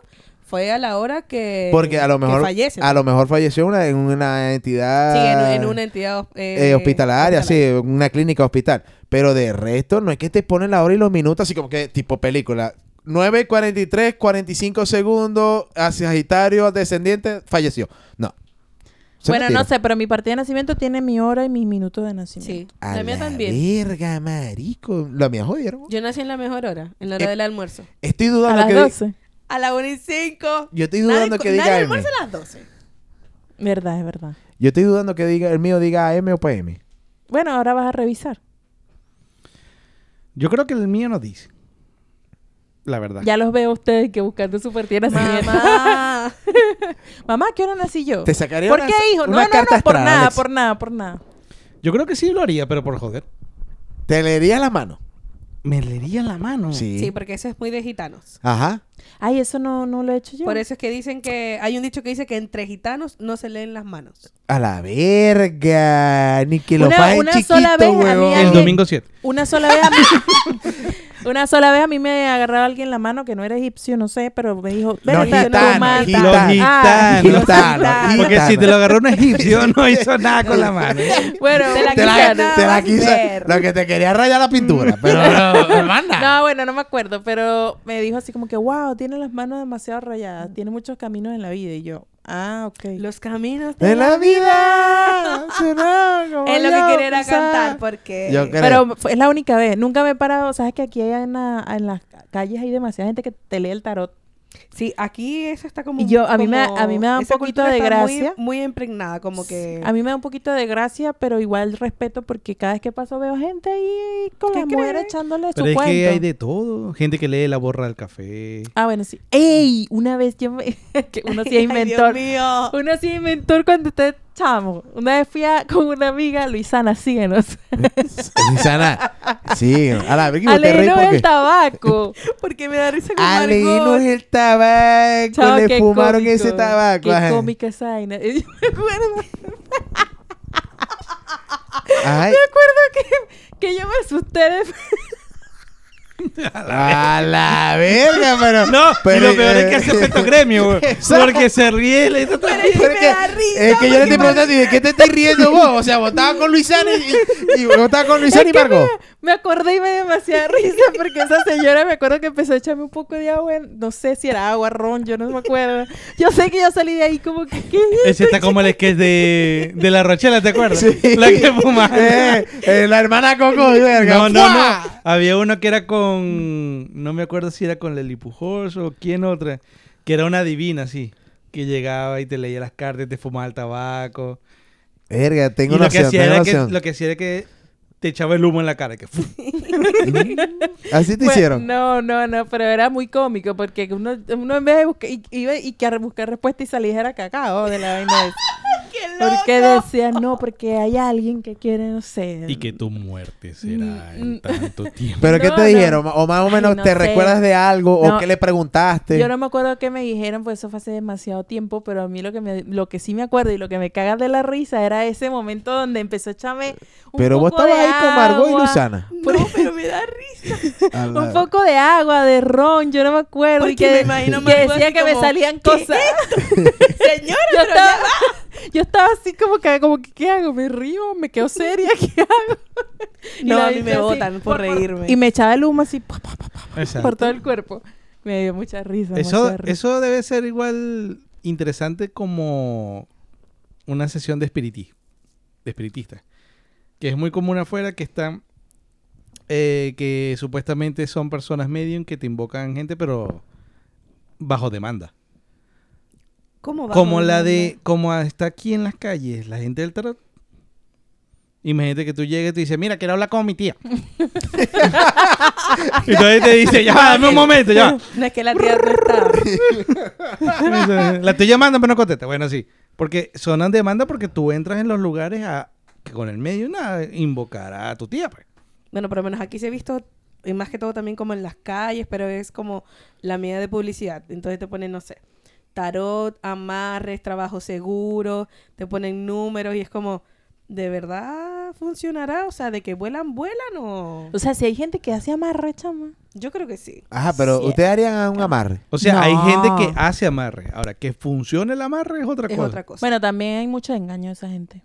[SPEAKER 3] fue a la hora que.
[SPEAKER 4] Porque a lo mejor
[SPEAKER 3] Eh, Que fallece.
[SPEAKER 4] a lo mejor falleció una- en una entidad
[SPEAKER 3] Sí, en, en una entidad. eh,
[SPEAKER 4] eh, hospitalaria,
[SPEAKER 3] hospitalaria.
[SPEAKER 4] sí, una clínica hospital. Pero de resto, no es que te ponen la hora y los minutos, así como que tipo película. 9.43, 45 segundos, hacia Sagitario, descendiente, falleció. No. Se
[SPEAKER 2] bueno,
[SPEAKER 4] retira.
[SPEAKER 2] no sé, pero mi partida de nacimiento tiene mi hora y mis minutos de
[SPEAKER 3] Sí,
[SPEAKER 2] nacimiento.
[SPEAKER 4] A
[SPEAKER 3] la mía también.
[SPEAKER 4] Verga, marico. La mía jodieron.
[SPEAKER 3] Yo nací en la mejor hora, en la hora
[SPEAKER 4] Eh,
[SPEAKER 3] del almuerzo.
[SPEAKER 4] Estoy
[SPEAKER 2] A
[SPEAKER 4] dudando
[SPEAKER 2] las
[SPEAKER 4] que di-
[SPEAKER 2] 12.
[SPEAKER 3] A la 1 y 5.
[SPEAKER 4] Yo estoy dudando que diga AM.
[SPEAKER 3] almuerzo a las <laughs> 12.
[SPEAKER 2] Verdad, es verdad.
[SPEAKER 4] Yo estoy dudando que diga el mío diga AM o PM.
[SPEAKER 2] Bueno, ahora vas a revisar.
[SPEAKER 5] Yo creo que el mío no dice. La verdad.
[SPEAKER 2] Ya los veo a ustedes que buscando su partida de nacimiento.
[SPEAKER 3] Mamá.
[SPEAKER 2] Mamá, ¿qué hora nací yo?
[SPEAKER 4] Te sacaría
[SPEAKER 2] ¿Por
[SPEAKER 4] una-
[SPEAKER 2] qué, hijo? No,
[SPEAKER 4] una
[SPEAKER 2] no, no,
[SPEAKER 4] carta
[SPEAKER 2] por
[SPEAKER 4] astral,
[SPEAKER 2] nada,
[SPEAKER 4] Alex.
[SPEAKER 2] por nada, por nada.
[SPEAKER 5] Yo creo que sí lo haría, pero por joder.
[SPEAKER 4] Te leería la mano.
[SPEAKER 5] me leería la mano.
[SPEAKER 4] Sí.
[SPEAKER 3] Sí, porque eso es muy de gitanos.
[SPEAKER 4] Ajá.
[SPEAKER 2] Ay, eso no, no lo he hecho yo.
[SPEAKER 3] Por eso es que dicen que hay un dicho que dice que entre gitanos no se leen las manos.
[SPEAKER 4] A la verga. Ni que lo
[SPEAKER 2] Una-
[SPEAKER 4] paguen
[SPEAKER 2] una
[SPEAKER 4] chiquito,
[SPEAKER 2] sola vez a mí
[SPEAKER 4] huevón.
[SPEAKER 5] El
[SPEAKER 2] alguien-
[SPEAKER 5] domingo 7.
[SPEAKER 2] Una sola vez a mí... <laughs> una sola vez a mí me agarraba alguien la mano que no era egipcio, no sé, pero me dijo... "Ven
[SPEAKER 4] No,
[SPEAKER 2] acá,
[SPEAKER 4] gitano,
[SPEAKER 2] toma,
[SPEAKER 4] gitano.
[SPEAKER 2] tal".
[SPEAKER 5] Los
[SPEAKER 2] Ah,
[SPEAKER 5] gitanos.
[SPEAKER 2] los gitanos.
[SPEAKER 5] Porque si te lo agarró un <laughs> egipcio, no hizo nada con la mano.
[SPEAKER 2] Bueno,
[SPEAKER 4] Te la,
[SPEAKER 2] quitaron.
[SPEAKER 4] te la quiso. Lo que te quería rayar la
[SPEAKER 2] <laughs>
[SPEAKER 4] pintura. Pero no, hermana.
[SPEAKER 2] No, bueno, no me acuerdo, pero me dijo así como que, wow, tiene las manos demasiado rayadas, tiene muchos caminos en la vida. Y yo, ah, ok.
[SPEAKER 3] Los caminos de
[SPEAKER 4] De
[SPEAKER 3] la-
[SPEAKER 4] la vida. será como
[SPEAKER 3] Es lo que
[SPEAKER 4] yo
[SPEAKER 3] quería era
[SPEAKER 4] pensaba.
[SPEAKER 3] cantar, porque...
[SPEAKER 4] Yo creo.
[SPEAKER 2] Pero fue- es la única vez, nunca me he parado, sabes que aquí hay en, la- en las calles hay demasiada gente que te lee el tarot.
[SPEAKER 3] Sí, aquí eso está como...
[SPEAKER 2] Y yo- a mí me-
[SPEAKER 3] como-
[SPEAKER 2] a mí me da un
[SPEAKER 3] esa
[SPEAKER 2] poquito
[SPEAKER 3] cultura
[SPEAKER 2] de
[SPEAKER 3] está muy-
[SPEAKER 2] gracia.
[SPEAKER 3] Muy, impregnada, como que... <laughs>
[SPEAKER 2] A mí me da un poquito de gracia, pero igual respeto porque cada vez que paso veo gente ahí con
[SPEAKER 3] ¿Qué
[SPEAKER 2] las mujeres
[SPEAKER 3] crees?
[SPEAKER 2] echándole su
[SPEAKER 5] Pero es
[SPEAKER 2] cuento.
[SPEAKER 5] que hay de todo. Gente que lee la borra del café.
[SPEAKER 2] Ah, bueno, sí. ¡Ey! Una vez yo me... <laughs> que uno sí
[SPEAKER 3] <laughs>
[SPEAKER 2] es
[SPEAKER 3] Ay,
[SPEAKER 2] inventor.
[SPEAKER 3] Dios mío.
[SPEAKER 2] Uno sí es inventor cuando usted chamo. Una vez fui a- con una amiga, Luisana, síguenos.
[SPEAKER 4] Lisana. Sí. A la verga. y
[SPEAKER 2] A
[SPEAKER 4] te reí
[SPEAKER 2] leernos
[SPEAKER 4] porque-
[SPEAKER 2] el tabaco.
[SPEAKER 3] <laughs> Porque me da risa con
[SPEAKER 4] Ale, y no
[SPEAKER 3] Margot.
[SPEAKER 4] es el tabaco.
[SPEAKER 2] Chao,
[SPEAKER 4] le
[SPEAKER 2] qué
[SPEAKER 4] fumaron
[SPEAKER 2] cómico.
[SPEAKER 4] ese tabaco.
[SPEAKER 2] Qué
[SPEAKER 4] ajá.
[SPEAKER 2] cómica esa vaina. <laughs> Yo me acuerdo,
[SPEAKER 4] Ay,
[SPEAKER 2] me acuerdo que, <laughs> que yo me asusté
[SPEAKER 4] <laughs>
[SPEAKER 2] de...
[SPEAKER 4] a la verga, pero.
[SPEAKER 5] No, y
[SPEAKER 4] pero, eh,
[SPEAKER 5] lo peor es que hace efecto gremio, güey.
[SPEAKER 4] Exacto.
[SPEAKER 5] Porque se ríe. Le dice,
[SPEAKER 4] pero es que, es que yo le estoy preguntando, ¿y de qué te estás riendo vos? O sea, vos estabas con Luisana y, y, y vos estabas con Luisana y
[SPEAKER 2] Es que
[SPEAKER 4] Margot.
[SPEAKER 2] Me acordé y me dio demasiada <laughs> risa porque esa señora me acuerdo que empezó a echarme un poco de agua, en- no sé si era agua, ron, yo no me acuerdo. Yo sé que yo salí de ahí como que, ¿qué es
[SPEAKER 5] Ese está como el sketch de, de la Rochela, ¿te acuerdas? La que fumaba.
[SPEAKER 4] <laughs> Eh, eh, la hermana Coco y verga.
[SPEAKER 5] <laughs> No, no, no.
[SPEAKER 4] ¡Fua!
[SPEAKER 5] Había uno que era con. No me acuerdo si era con Lely Pujols o quién otra. Que era una divina, sí. Que llegaba y te leía las cartas, te fumaba el tabaco.
[SPEAKER 4] Verga, tengo
[SPEAKER 5] y
[SPEAKER 4] una
[SPEAKER 5] lo que,
[SPEAKER 4] opción,
[SPEAKER 5] hacía
[SPEAKER 4] tengo una
[SPEAKER 5] era que,
[SPEAKER 4] opción.
[SPEAKER 5] lo que hacía era que te echaba el humo en la cara. Que, ¡fuf!
[SPEAKER 4] Así te
[SPEAKER 2] Bueno,
[SPEAKER 4] hicieron.
[SPEAKER 2] No, no, no, pero era muy cómico porque uno, uno en vez de buscar, i- iba y que a buscar respuesta y salía era cacao de la vaina. esa.
[SPEAKER 4] <laughs>
[SPEAKER 2] Porque decía, no, porque hay alguien que quiere, no sé.
[SPEAKER 5] y que tu muerte será
[SPEAKER 4] Mm.
[SPEAKER 5] en tanto tiempo.
[SPEAKER 4] ¿Pero qué
[SPEAKER 2] no,
[SPEAKER 4] te
[SPEAKER 2] no.
[SPEAKER 4] dijeron? O más o menos
[SPEAKER 2] Ay, no
[SPEAKER 4] te
[SPEAKER 2] sé.
[SPEAKER 4] recuerdas de algo o
[SPEAKER 2] No.
[SPEAKER 4] qué le preguntaste.
[SPEAKER 2] Yo no me acuerdo qué me dijeron, pues eso fue hace demasiado tiempo, pero a mí lo que me, lo que sí me acuerdo y lo que me caga de la risa era ese momento donde empezó a
[SPEAKER 3] Eh,
[SPEAKER 2] echarme un
[SPEAKER 4] Pero vos
[SPEAKER 2] poco de
[SPEAKER 4] estabas ahí con Margot y
[SPEAKER 2] agua,
[SPEAKER 4] Luisana.
[SPEAKER 3] No, pero me da risa.
[SPEAKER 4] A la-
[SPEAKER 2] <laughs> Un poco de agua, de ron, yo no me acuerdo. Y
[SPEAKER 3] Porque
[SPEAKER 2] que,
[SPEAKER 3] me imagino a
[SPEAKER 2] que
[SPEAKER 3] Margot
[SPEAKER 2] decía
[SPEAKER 3] así
[SPEAKER 2] que me
[SPEAKER 3] como,
[SPEAKER 2] salían
[SPEAKER 3] ¿qué es
[SPEAKER 2] cosas.
[SPEAKER 3] <laughs> Señora,
[SPEAKER 2] yo
[SPEAKER 3] pero ya
[SPEAKER 2] estaba, yo estaba así como que, como que, ¿qué hago? ¿Me río? ¿Me quedo seria? <laughs> ¿Qué hago?
[SPEAKER 3] <laughs>
[SPEAKER 2] Y
[SPEAKER 3] No,
[SPEAKER 2] la
[SPEAKER 3] a mí me
[SPEAKER 2] bicha así,
[SPEAKER 3] botan por reírme.
[SPEAKER 2] Y me echaba el humo así pa, pa, pa, pa,
[SPEAKER 5] Exacto.
[SPEAKER 2] por todo el cuerpo. Me dio mucha risa.
[SPEAKER 5] Eso,
[SPEAKER 2] demasiada risa.
[SPEAKER 5] eso debe ser igual interesante como una sesión de espiritismo, de espiritista, que es muy común afuera que están eh, que supuestamente son personas medium que te invocan gente, pero bajo demanda.
[SPEAKER 3] ¿Cómo va?
[SPEAKER 5] Como la
[SPEAKER 3] Margot?
[SPEAKER 5] de, como está aquí en las calles, la gente del tarot. Imagínate que tú llegues y te dices, mira, quiero hablar con mi tía. <laughs> y entonces te dice, ya, dame un momento, <laughs> ya.
[SPEAKER 3] No es que la tía no está.
[SPEAKER 5] La estoy llamando, pero no contesta. Bueno, sí. Porque sonan demanda porque tú entras en los lugares a que con el medio nada invocar a tu tía, pues.
[SPEAKER 3] Bueno, por lo menos aquí se ha visto, y más que todo también como en las calles, pero es como la medida de publicidad. Entonces te ponen, no sé, tarot, amarres, trabajo seguro, te ponen números y es como, ¿de verdad funcionará? O sea, ¿de que vuelan, vuelan o...?
[SPEAKER 2] O sea, si hay gente que hace amarre, chama.
[SPEAKER 3] Yo creo que sí.
[SPEAKER 4] Ajá, pero
[SPEAKER 2] Sí.
[SPEAKER 4] ustedes harían un amarre.
[SPEAKER 5] O sea, hay
[SPEAKER 2] No.
[SPEAKER 5] gente que hace amarre. Ahora, que funcione el amarre es otra
[SPEAKER 3] Es
[SPEAKER 5] cosa.
[SPEAKER 3] otra cosa.
[SPEAKER 2] Bueno, también hay mucho engaño de esa gente.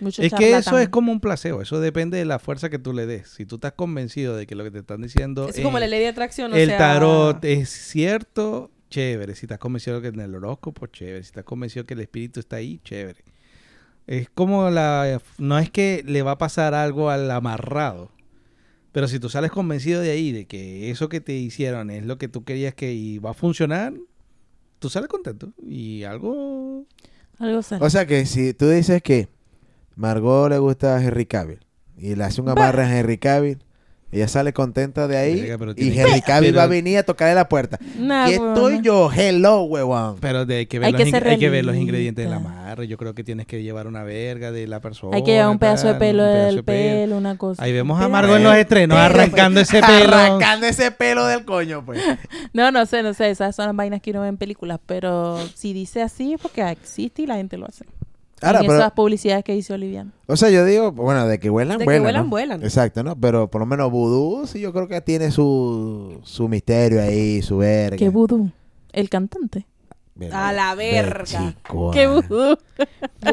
[SPEAKER 2] Mucho
[SPEAKER 5] es que eso
[SPEAKER 2] charlatán.
[SPEAKER 5] es como un placebo. Eso depende de la fuerza que tú le des. Si tú estás convencido de que lo que te están diciendo
[SPEAKER 3] es
[SPEAKER 5] es
[SPEAKER 4] eh,
[SPEAKER 3] como la ley de atracción, o
[SPEAKER 5] el
[SPEAKER 3] sea,
[SPEAKER 5] tarot es cierto, chévere. Si estás convencido que en el horóscopo, chévere. Si estás convencido que el espíritu está ahí, chévere. Es como la... No es que le va a pasar algo al amarrado. Pero si tú sales convencido de ahí, de que eso que te hicieron es lo que tú querías que y va a funcionar, tú sales contento. Y algo...
[SPEAKER 2] Algo sale.
[SPEAKER 4] O sea que si tú dices que Margot le gusta a Henry Cavill y le hace un amarre a Henry Cavill, Ella sale contenta de ahí
[SPEAKER 5] Verga, pero
[SPEAKER 4] y
[SPEAKER 5] tiene-
[SPEAKER 4] Henry va a
[SPEAKER 5] Pero-
[SPEAKER 4] venir a tocarle la puerta.
[SPEAKER 2] Nah,
[SPEAKER 3] Ah,
[SPEAKER 4] Aquí estoy
[SPEAKER 2] huevona.
[SPEAKER 4] yo, hello, huevón.
[SPEAKER 5] Pero de- hay, que ver
[SPEAKER 2] Hay
[SPEAKER 5] los
[SPEAKER 2] que
[SPEAKER 5] ing-
[SPEAKER 2] ser
[SPEAKER 5] hay que ver los
[SPEAKER 2] realista.
[SPEAKER 5] ingredientes del amarre. Yo creo que tienes que llevar una verga de la persona.
[SPEAKER 2] Hay que llevar un pedazo de
[SPEAKER 5] tal,
[SPEAKER 2] pelo
[SPEAKER 5] un pedazo
[SPEAKER 2] del
[SPEAKER 5] de pelo.
[SPEAKER 2] pelo, una cosa.
[SPEAKER 5] Ahí vemos a
[SPEAKER 3] Pero-
[SPEAKER 5] Margot en los estrenos
[SPEAKER 3] Pero, pues,
[SPEAKER 5] arrancando ese pelo.
[SPEAKER 4] Arrancando ese pelo del
[SPEAKER 3] <laughs>
[SPEAKER 4] coño, pues.
[SPEAKER 2] No, no sé, no sé. Esas son las vainas que uno ve en películas. Pero si dice así es porque existe y la gente lo hace.
[SPEAKER 4] Ahora,
[SPEAKER 2] en
[SPEAKER 4] pero-
[SPEAKER 2] esas publicidades que dice Olivian.
[SPEAKER 4] O sea, yo digo, bueno, de que vuelan,
[SPEAKER 3] De que
[SPEAKER 4] vuelan.
[SPEAKER 3] vuelan,
[SPEAKER 4] ¿no?
[SPEAKER 3] vuelan.
[SPEAKER 4] Exacto, ¿no? Pero por lo menos vudú sí yo creo que tiene su, su misterio ahí, su verga.
[SPEAKER 2] ¿Qué vudú? El cantante.
[SPEAKER 4] Verga,
[SPEAKER 3] A la
[SPEAKER 4] ve,
[SPEAKER 3] verga.
[SPEAKER 4] chico,
[SPEAKER 2] ¿Qué
[SPEAKER 4] ah.
[SPEAKER 2] vudú?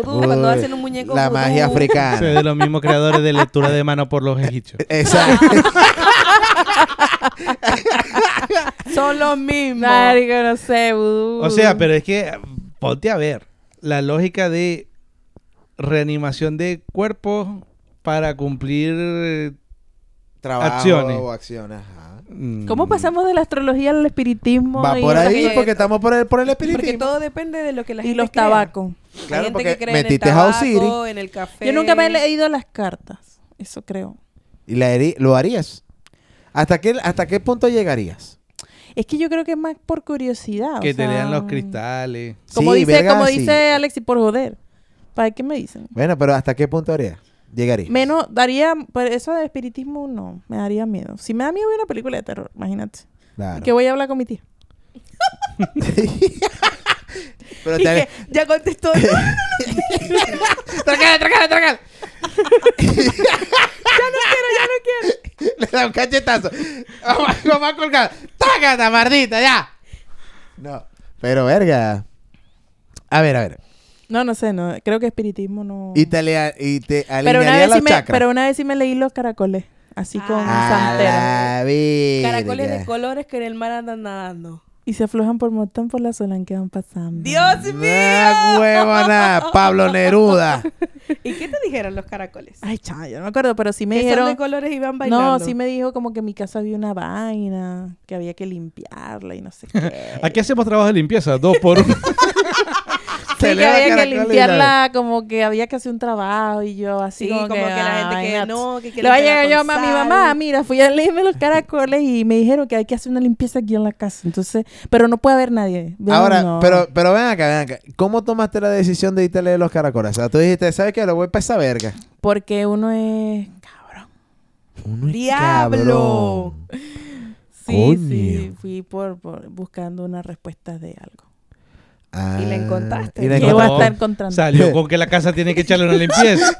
[SPEAKER 3] Vudú,
[SPEAKER 4] Uy,
[SPEAKER 3] cuando hacen un muñeco
[SPEAKER 4] La
[SPEAKER 3] vudú.
[SPEAKER 4] magia
[SPEAKER 5] O sea, <laughs>
[SPEAKER 4] africana.
[SPEAKER 5] de los mismos creadores de lectura de mano por los egipcios.
[SPEAKER 4] Exacto.
[SPEAKER 3] Son los mismos.
[SPEAKER 2] Marico, no sé, vudú.
[SPEAKER 5] O sea, pero es que ah, ponte a ver la lógica de reanimación de cuerpos para cumplir. eh,
[SPEAKER 4] Trabajo
[SPEAKER 5] Acciones.
[SPEAKER 4] o acciones, ajá.
[SPEAKER 5] mm,
[SPEAKER 2] ¿Cómo pasamos de la astrología al espiritismo?
[SPEAKER 4] Va
[SPEAKER 2] y
[SPEAKER 4] por
[SPEAKER 2] otras
[SPEAKER 4] ahí
[SPEAKER 2] cosas?
[SPEAKER 4] porque estamos por el, por el
[SPEAKER 3] Porque
[SPEAKER 4] espiritismo.
[SPEAKER 3] todo depende de lo que la
[SPEAKER 2] Y
[SPEAKER 3] gente
[SPEAKER 2] los
[SPEAKER 3] crea.
[SPEAKER 2] tabacos.
[SPEAKER 3] Hay
[SPEAKER 4] Claro,
[SPEAKER 3] gente
[SPEAKER 4] porque
[SPEAKER 3] que cree
[SPEAKER 4] metiste
[SPEAKER 3] en el
[SPEAKER 4] House
[SPEAKER 3] tabaco,
[SPEAKER 4] City.
[SPEAKER 3] en el café.
[SPEAKER 2] Yo nunca me he leído las cartas. Eso creo.
[SPEAKER 4] ¿Y la heri- lo harías? ¿Hasta qué, ¿Hasta qué punto llegarías?
[SPEAKER 2] Es que yo creo que es más por curiosidad. o
[SPEAKER 5] Que te
[SPEAKER 2] sea,
[SPEAKER 5] lean los cristales.
[SPEAKER 2] Como
[SPEAKER 4] Sí,
[SPEAKER 2] dice,
[SPEAKER 4] verga,
[SPEAKER 2] como
[SPEAKER 4] sí.
[SPEAKER 2] dice Alexis, por joder. ¿Para qué me dicen?
[SPEAKER 4] Bueno, pero ¿hasta qué punto harías? Llegarías.
[SPEAKER 2] Menos, daría, pero eso de espiritismo no, me daría miedo. Si me da miedo ver una película de terror, imagínate.
[SPEAKER 4] Claro.
[SPEAKER 2] Que voy a hablar con mi tía.
[SPEAKER 4] Pero te-
[SPEAKER 3] ya
[SPEAKER 4] <laughs>
[SPEAKER 3] contestó.
[SPEAKER 4] Le da un cachetazo. Vamos, Lo va a colgar. ¡Tácata, mardita, ya! No. Pero, verga. A ver, a ver.
[SPEAKER 2] No, no sé, no, creo que espiritismo no.
[SPEAKER 4] Y te, alea- y te
[SPEAKER 2] pero una,
[SPEAKER 4] alinearía
[SPEAKER 2] vez
[SPEAKER 4] los
[SPEAKER 2] sí me,
[SPEAKER 4] chakras. Ah.
[SPEAKER 2] pero una vez sí me leí los caracoles, así con
[SPEAKER 4] A
[SPEAKER 2] santero.
[SPEAKER 4] la verga.
[SPEAKER 3] Caracoles de colores que en el mar andan nadando.
[SPEAKER 2] Y se aflojan por montón por la zona en que van pasando.
[SPEAKER 3] ¡Dios mío!
[SPEAKER 4] ¡Ah, huevona! Pablo Neruda.
[SPEAKER 3] ¿Y qué te dijeron los caracoles?
[SPEAKER 2] Ay, chaval, yo no me acuerdo, pero sí me
[SPEAKER 3] que son
[SPEAKER 2] dijeron.
[SPEAKER 3] de colores y van bailando.
[SPEAKER 2] No, sí me dijo como que en mi casa había una vaina, que había que limpiarla y no sé qué.
[SPEAKER 5] Aquí hacemos trabajo de limpieza, dos por uno.
[SPEAKER 2] Sí, que
[SPEAKER 4] Pelea
[SPEAKER 2] había que
[SPEAKER 4] caracoles y la
[SPEAKER 2] limpiarla, como que había que hacer un trabajo y yo así
[SPEAKER 3] Sí, como, que, la gente
[SPEAKER 2] "Ay,
[SPEAKER 3] que no, que
[SPEAKER 2] Le
[SPEAKER 3] quiere
[SPEAKER 2] va a llegar yo a ma- mi mamá, mira, fui a leerme los caracoles y me dijeron que hay que hacer una limpieza aquí en la casa. Entonces, pero no puede haber nadie. Yo,
[SPEAKER 4] Ahora,
[SPEAKER 2] <laughs> no.
[SPEAKER 4] pero, pero ven acá, ven acá. ¿Cómo tomaste la decisión de irte a leer los caracoles? O sea, tú dijiste, ¿sabes qué? Lo voy para esa verga.
[SPEAKER 2] Porque uno es... Cabrón.
[SPEAKER 4] Uno es
[SPEAKER 3] ¡Diablo!
[SPEAKER 4] cabrón.
[SPEAKER 2] Sí,
[SPEAKER 4] Coño.
[SPEAKER 2] sí, fui por, por buscando una respuesta de algo.
[SPEAKER 4] Ah,
[SPEAKER 3] Y la encontraste.
[SPEAKER 4] y la
[SPEAKER 2] ¿Qué voy a
[SPEAKER 4] encontraste.
[SPEAKER 2] estar encontrando?
[SPEAKER 5] <laughs> Salió con que la casa tiene que echarle una limpieza.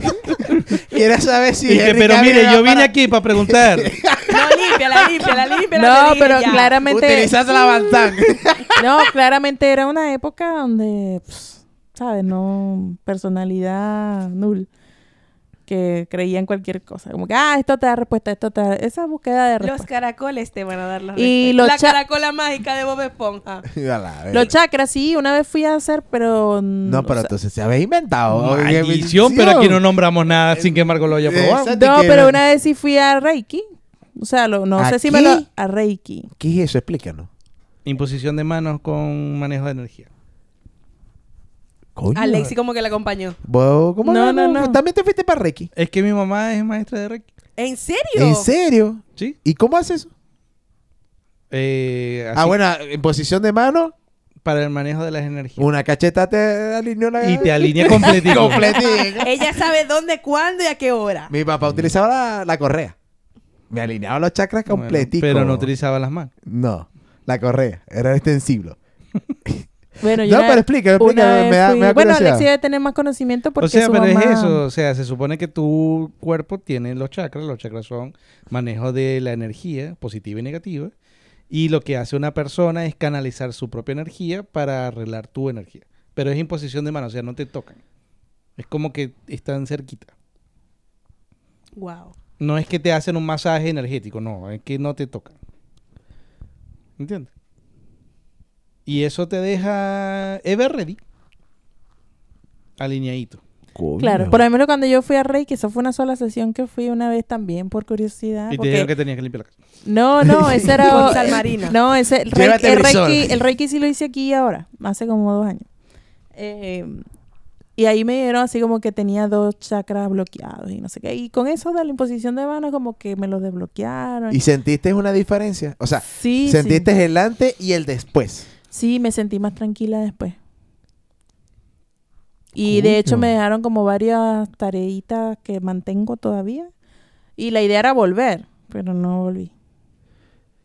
[SPEAKER 4] Quieres saber si.
[SPEAKER 5] Y que,
[SPEAKER 4] Henry
[SPEAKER 5] pero mire,
[SPEAKER 4] Cavill va
[SPEAKER 5] yo vine
[SPEAKER 4] para-
[SPEAKER 5] aquí para preguntar.
[SPEAKER 3] <laughs> No, limpia,
[SPEAKER 2] <laughs>
[SPEAKER 3] la limpia, la limpia.
[SPEAKER 2] No, pero claramente...
[SPEAKER 4] Utilizaste la
[SPEAKER 2] <laughs>
[SPEAKER 4] Bantan.
[SPEAKER 2] No, claramente era una época donde, pues, ¿sabes? No, personalidad null. Que creía en cualquier cosa. Como que, ah, esto te da respuesta, esto te da... Esa búsqueda de
[SPEAKER 3] Los
[SPEAKER 2] respuesta.
[SPEAKER 3] caracoles te van a dar las
[SPEAKER 2] Y
[SPEAKER 3] respuestas.
[SPEAKER 2] los
[SPEAKER 3] La
[SPEAKER 2] cha-
[SPEAKER 3] caracola mágica de Bob
[SPEAKER 2] <laughs>
[SPEAKER 3] Esponja.
[SPEAKER 4] <laughs> A la verga.
[SPEAKER 2] Los chakras, sí, una vez fui a hacer, pero... mm,
[SPEAKER 4] No,
[SPEAKER 2] o
[SPEAKER 4] pero
[SPEAKER 2] sea,
[SPEAKER 4] entonces se había inventado. Oye,
[SPEAKER 5] Maldición, pero aquí no nombramos nada sin que Margot lo haya probado.
[SPEAKER 4] Exacto,
[SPEAKER 2] No,
[SPEAKER 4] que-
[SPEAKER 2] pero una vez sí fui a Reiki. O sea, lo- no
[SPEAKER 4] ¿A
[SPEAKER 2] sé si
[SPEAKER 4] qué?
[SPEAKER 2] me lo... A Reiki.
[SPEAKER 4] ¿Qué es eso? Explícanos.
[SPEAKER 5] Imposición de manos con manejo de energía.
[SPEAKER 4] Coño.
[SPEAKER 3] Alexi como que la acompañó.
[SPEAKER 4] Vos, ¿Cómo
[SPEAKER 2] No, no, no.
[SPEAKER 4] También te fuiste para Reiki.
[SPEAKER 5] Es que mi mamá es maestra de Reiki.
[SPEAKER 3] ¿En serio?
[SPEAKER 4] ¿En serio?
[SPEAKER 5] Sí.
[SPEAKER 4] ¿Y cómo haces eso?
[SPEAKER 5] Eh,
[SPEAKER 4] Ah,
[SPEAKER 5] así,
[SPEAKER 4] bueno, en posición de mano,
[SPEAKER 5] Para el manejo de las energías.
[SPEAKER 4] una cacheta te alineó la <laughs>
[SPEAKER 5] Y te alinea completito.
[SPEAKER 4] Completica.
[SPEAKER 3] Ella sabe dónde, cuándo y a qué
[SPEAKER 2] <laughs>
[SPEAKER 3] hora.
[SPEAKER 4] Mi papá utilizaba la, la correa. Me alineaba los chakras
[SPEAKER 5] Bueno,
[SPEAKER 4] completico.
[SPEAKER 5] pero no utilizaba las manos.
[SPEAKER 4] No, la correa. Era extensible.
[SPEAKER 2] Bueno, yo
[SPEAKER 4] No,
[SPEAKER 2] una-
[SPEAKER 4] pero explica, explica,
[SPEAKER 2] una vez
[SPEAKER 4] me da-
[SPEAKER 2] fui-
[SPEAKER 4] me da
[SPEAKER 2] Bueno,
[SPEAKER 4] curiosidad.
[SPEAKER 2] Alexi debe tener más conocimiento porque
[SPEAKER 5] O sea,
[SPEAKER 2] su
[SPEAKER 5] pero
[SPEAKER 2] mamá-
[SPEAKER 5] es eso. O sea, se supone que tu cuerpo tiene los chakras. Los chakras son manejo de la energía, positiva y negativa. Y lo que hace una persona es canalizar su propia energía para arreglar tu energía. Pero es imposición de mano, o sea, no te tocan. Es como que están cerquita.
[SPEAKER 3] Wow.
[SPEAKER 5] No es que te hacen un masaje energético, no, es que no te tocan. ¿Entiendes? Y eso te deja ever ready. Alineadito.
[SPEAKER 2] Claro, por lo menos cuando yo fui a Reiki, eso fue una sola sesión que fui una vez también por curiosidad.
[SPEAKER 5] y te
[SPEAKER 2] Ah, porque-
[SPEAKER 5] dijeron que tenías que limpiar la casa.
[SPEAKER 3] <laughs>
[SPEAKER 2] No, no, ese era.
[SPEAKER 3] Con sal marina.
[SPEAKER 2] No, ese. El
[SPEAKER 4] Llévate
[SPEAKER 2] Reiki, el,
[SPEAKER 4] Lysol.
[SPEAKER 2] Reiki, el Reiki sí lo hice aquí ahora, hace como dos años. Eh, Y ahí me dieron así como que tenía dos chakras bloqueados y no sé qué. Y con eso de la imposición de manos como que me los desbloquearon.
[SPEAKER 4] ¿Y sentiste una diferencia? O sea,
[SPEAKER 2] sí,
[SPEAKER 4] sentiste
[SPEAKER 2] sí.
[SPEAKER 4] el antes y el después.
[SPEAKER 2] Sí, me sentí más tranquila después. Y de hecho
[SPEAKER 4] Coño.
[SPEAKER 2] me dejaron como varias tareitas que mantengo todavía. Y la idea era volver, pero no volví.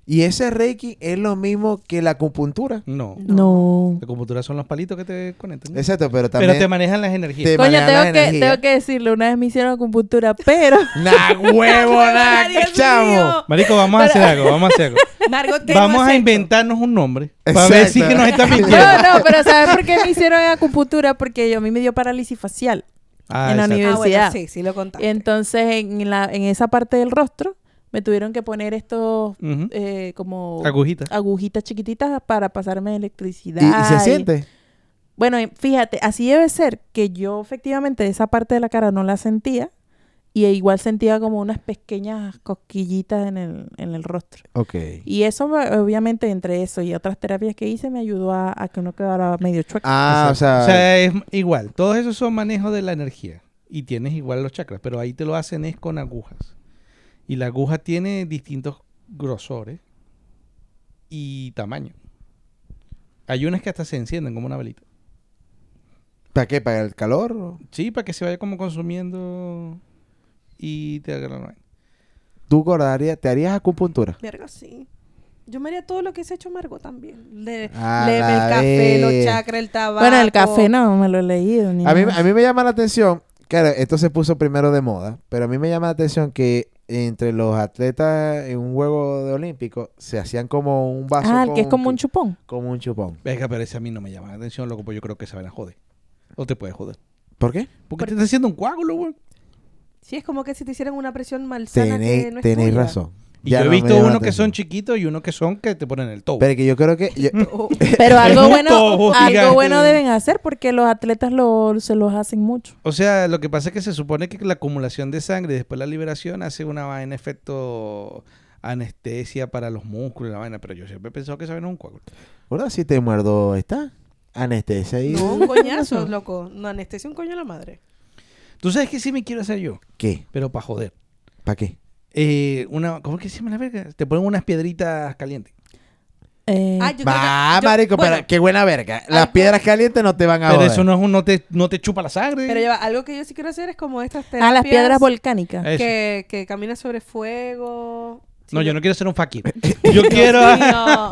[SPEAKER 4] Y ese Reiki es lo mismo que la acupuntura.
[SPEAKER 5] No.
[SPEAKER 2] Mm. No.
[SPEAKER 5] La computadora son los palitos que te conectan. ¿no?
[SPEAKER 4] Exacto, pero también.
[SPEAKER 5] Pero te manejan las energías.
[SPEAKER 4] Te-
[SPEAKER 2] Coño,
[SPEAKER 4] manejan
[SPEAKER 2] tengo
[SPEAKER 4] la
[SPEAKER 2] que,
[SPEAKER 4] energía.
[SPEAKER 2] tengo que decirlo, una vez me hicieron acupuntura,
[SPEAKER 4] <laughs>
[SPEAKER 2] pero...
[SPEAKER 4] ¡Nah, huevo, nah,
[SPEAKER 2] Dios
[SPEAKER 4] chamo!
[SPEAKER 2] mío.
[SPEAKER 5] Marico, vamos a hacer algo, vamos a hacer
[SPEAKER 2] <laughs>
[SPEAKER 5] algo.
[SPEAKER 3] Margot, ¿qué no
[SPEAKER 5] Vamos
[SPEAKER 3] has
[SPEAKER 5] a
[SPEAKER 3] hecho?
[SPEAKER 5] inventarnos un nombre. Para ver
[SPEAKER 4] Exacto.
[SPEAKER 5] si que nos está mintiendo.
[SPEAKER 2] <laughs> No, no, pero ¿sabes por qué me hicieron acupuntura? Porque a mí me dio parálisis facial.
[SPEAKER 5] Ah,
[SPEAKER 2] En la
[SPEAKER 5] exacto.
[SPEAKER 2] universidad.
[SPEAKER 3] Ah, bueno, sí, sí lo contaste.
[SPEAKER 2] Entonces, en, la, en esa parte del rostro, me tuvieron que poner estos
[SPEAKER 5] Ujú.
[SPEAKER 2] eh, como
[SPEAKER 5] Agujita.
[SPEAKER 2] agujitas chiquititas para pasarme electricidad.
[SPEAKER 4] ¿Y, y se
[SPEAKER 2] y-
[SPEAKER 4] siente?
[SPEAKER 2] Bueno, y fíjate, así debe ser que yo efectivamente esa parte de la cara no la sentía y igual sentía como unas pequeñas cosquillitas en el, en el rostro.
[SPEAKER 4] Ok.
[SPEAKER 2] Y eso, me- obviamente, entre eso y otras terapias que hice, me ayudó a, a que uno quedara medio chueco.
[SPEAKER 4] Ah, o sea.
[SPEAKER 5] O sea, es igual. Todos esos son manejos de la energía. Y tienes igual los chakras. Pero ahí te lo hacen es con agujas. Y la aguja tiene distintos grosores y tamaño. Hay unas que hasta se encienden como una velita.
[SPEAKER 4] ¿Para qué? ¿Para el calor? o?
[SPEAKER 5] Sí, para que se vaya como consumiendo y te haga la vaina.
[SPEAKER 4] ¿Tú guardarías, te harías acupuntura?
[SPEAKER 3] Verga, sí. Yo me haría todo lo que se ha hecho Margot también. Le,
[SPEAKER 4] Ah,
[SPEAKER 3] leme
[SPEAKER 4] la
[SPEAKER 3] el café,
[SPEAKER 4] ve.
[SPEAKER 3] los chakras, el tabaco.
[SPEAKER 2] Bueno, el café no me lo he leído. Ni
[SPEAKER 4] A mí,
[SPEAKER 2] nada.
[SPEAKER 4] a mí me llama la atención, claro, esto se puso primero de moda, pero a mí me llama la atención que entre los atletas en un juego de olímpico se hacían como un vaso.
[SPEAKER 2] Ah, el que es
[SPEAKER 4] con-
[SPEAKER 2] como
[SPEAKER 4] <laughs>
[SPEAKER 2] un chupón.
[SPEAKER 4] como un chupón.
[SPEAKER 5] Venga, pero ese a mí no me llama la atención, loco, pues yo creo que se van a joder. O te puedes joder.
[SPEAKER 4] ¿Por qué?
[SPEAKER 5] Porque te está haciendo un coágulo, güey.
[SPEAKER 3] Sí, es como que si te hicieran una presión malsana que
[SPEAKER 4] Tenéis
[SPEAKER 3] no es
[SPEAKER 4] tenéis
[SPEAKER 3] tuya.
[SPEAKER 4] razón.
[SPEAKER 5] Y
[SPEAKER 4] Ya
[SPEAKER 5] yo he
[SPEAKER 4] no me
[SPEAKER 5] visto
[SPEAKER 4] llama la
[SPEAKER 5] unos que
[SPEAKER 4] atención.
[SPEAKER 5] son chiquitos y unos que son que te ponen el tobo.
[SPEAKER 4] Pero que yo creo que... yo-
[SPEAKER 3] Oh,
[SPEAKER 4] <laughs>
[SPEAKER 2] Pero algo
[SPEAKER 5] Un
[SPEAKER 2] bueno,
[SPEAKER 5] tobo gigante.
[SPEAKER 2] algo bueno deben hacer porque los atletas lo, se los hacen mucho.
[SPEAKER 5] O sea, lo que pasa es que se supone que la acumulación de sangre y después la liberación hace una vaina efecto anestesia para los músculos y la vaina, pero yo siempre he pensado que esa vaina es un coágulo.
[SPEAKER 4] Bueno, si te muerdo, ¿está? Anestesia y... <laughs>
[SPEAKER 3] No, un coñazo, loco. No, anestesia un coño a la madre.
[SPEAKER 5] Tú sabes que sí me quiero hacer yo,
[SPEAKER 4] ¿Qué?
[SPEAKER 5] pero para joder.
[SPEAKER 4] ¿Para qué?
[SPEAKER 5] Eh, una, ¿Cómo es que se llama la verga? Te ponen unas piedritas calientes.
[SPEAKER 2] Eh,
[SPEAKER 3] Ah, yo creo
[SPEAKER 4] Va,
[SPEAKER 3] que- yo-
[SPEAKER 4] marico,
[SPEAKER 3] bueno,
[SPEAKER 4] pero qué buena verga. Las
[SPEAKER 3] Ay,
[SPEAKER 4] piedras calientes no te van a
[SPEAKER 5] Pero
[SPEAKER 4] joder.
[SPEAKER 5] eso no, es un- no, te, no te chupa la sangre.
[SPEAKER 3] Pero ya va, algo que yo sí quiero hacer es como estas terapias.
[SPEAKER 2] ah, las piedras volcánicas.
[SPEAKER 3] Eh.
[SPEAKER 5] Eso.
[SPEAKER 3] que, que caminas sobre fuego. Sí,
[SPEAKER 5] No, yo no quiero ser un <laughs> fakir. Yo quiero...
[SPEAKER 3] no.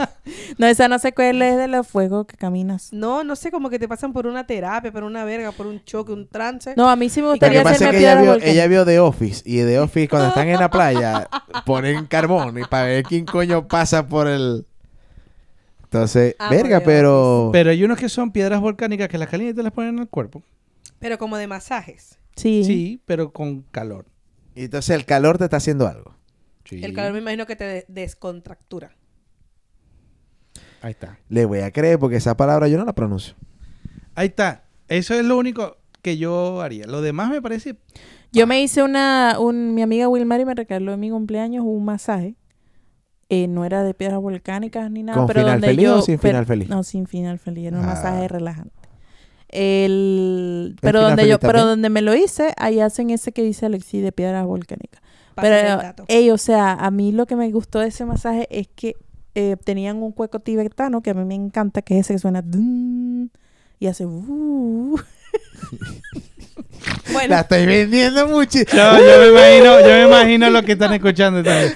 [SPEAKER 2] No, esa no sé cuál es de los fuegos que
[SPEAKER 4] Eh.
[SPEAKER 2] caminas.
[SPEAKER 3] No, no sé, como que te pasan por una terapia, por una verga, por un choque, un trance.
[SPEAKER 2] No, a mí sí me
[SPEAKER 4] Lo
[SPEAKER 2] gustaría
[SPEAKER 4] que pasa es
[SPEAKER 2] hacerme
[SPEAKER 4] que ella
[SPEAKER 2] piedras
[SPEAKER 4] vio,
[SPEAKER 2] volcánicas.
[SPEAKER 4] ella vio The Office y The Office cuando están en la playa <laughs> ponen carbón y para ver quién coño pasa por el... Entonces,
[SPEAKER 3] Amo
[SPEAKER 4] verga,
[SPEAKER 3] The
[SPEAKER 4] pero...
[SPEAKER 5] <laughs> Pero hay unos que son piedras volcánicas que las calientes te las ponen en el cuerpo.
[SPEAKER 3] Pero como de masajes.
[SPEAKER 2] Sí.
[SPEAKER 5] Sí, pero con calor.
[SPEAKER 4] y Entonces el calor te está haciendo algo.
[SPEAKER 5] Sí.
[SPEAKER 3] El calor me imagino que te de- descontractura.
[SPEAKER 5] Ahí está.
[SPEAKER 4] Le voy a creer porque esa palabra yo no la pronuncio.
[SPEAKER 5] Ahí está. Eso es lo único que yo haría. Lo demás me parece...
[SPEAKER 2] Yo me hice una, un, mi amiga Wilmary me regaló en mi cumpleaños un masaje. Eh, no era de piedras volcánicas ni nada,
[SPEAKER 4] ¿Con
[SPEAKER 2] pero
[SPEAKER 4] final
[SPEAKER 2] donde
[SPEAKER 4] feliz
[SPEAKER 2] yo,
[SPEAKER 4] o sin
[SPEAKER 2] pero-
[SPEAKER 4] final feliz?
[SPEAKER 2] No, sin final feliz, era un
[SPEAKER 4] Ah.
[SPEAKER 2] masaje relajante. El, pero
[SPEAKER 4] final
[SPEAKER 2] donde yo,
[SPEAKER 4] feliz
[SPEAKER 2] pero
[SPEAKER 4] también?
[SPEAKER 2] donde me lo hice, ahí hacen ese que dice Alexis de piedras volcánicas.
[SPEAKER 3] Pásame el
[SPEAKER 2] Pero, eh,
[SPEAKER 3] dato.
[SPEAKER 2] ey, o sea, a mí lo que me gustó de ese masaje es que eh, tenían un cueco tibetano que a mí me encanta, que es ese que suena dun, y hace "Uh".
[SPEAKER 3] Bueno,
[SPEAKER 4] La estoy vendiendo mucho.
[SPEAKER 5] No, yo me imagino, yo me imagino lo que están escuchando también.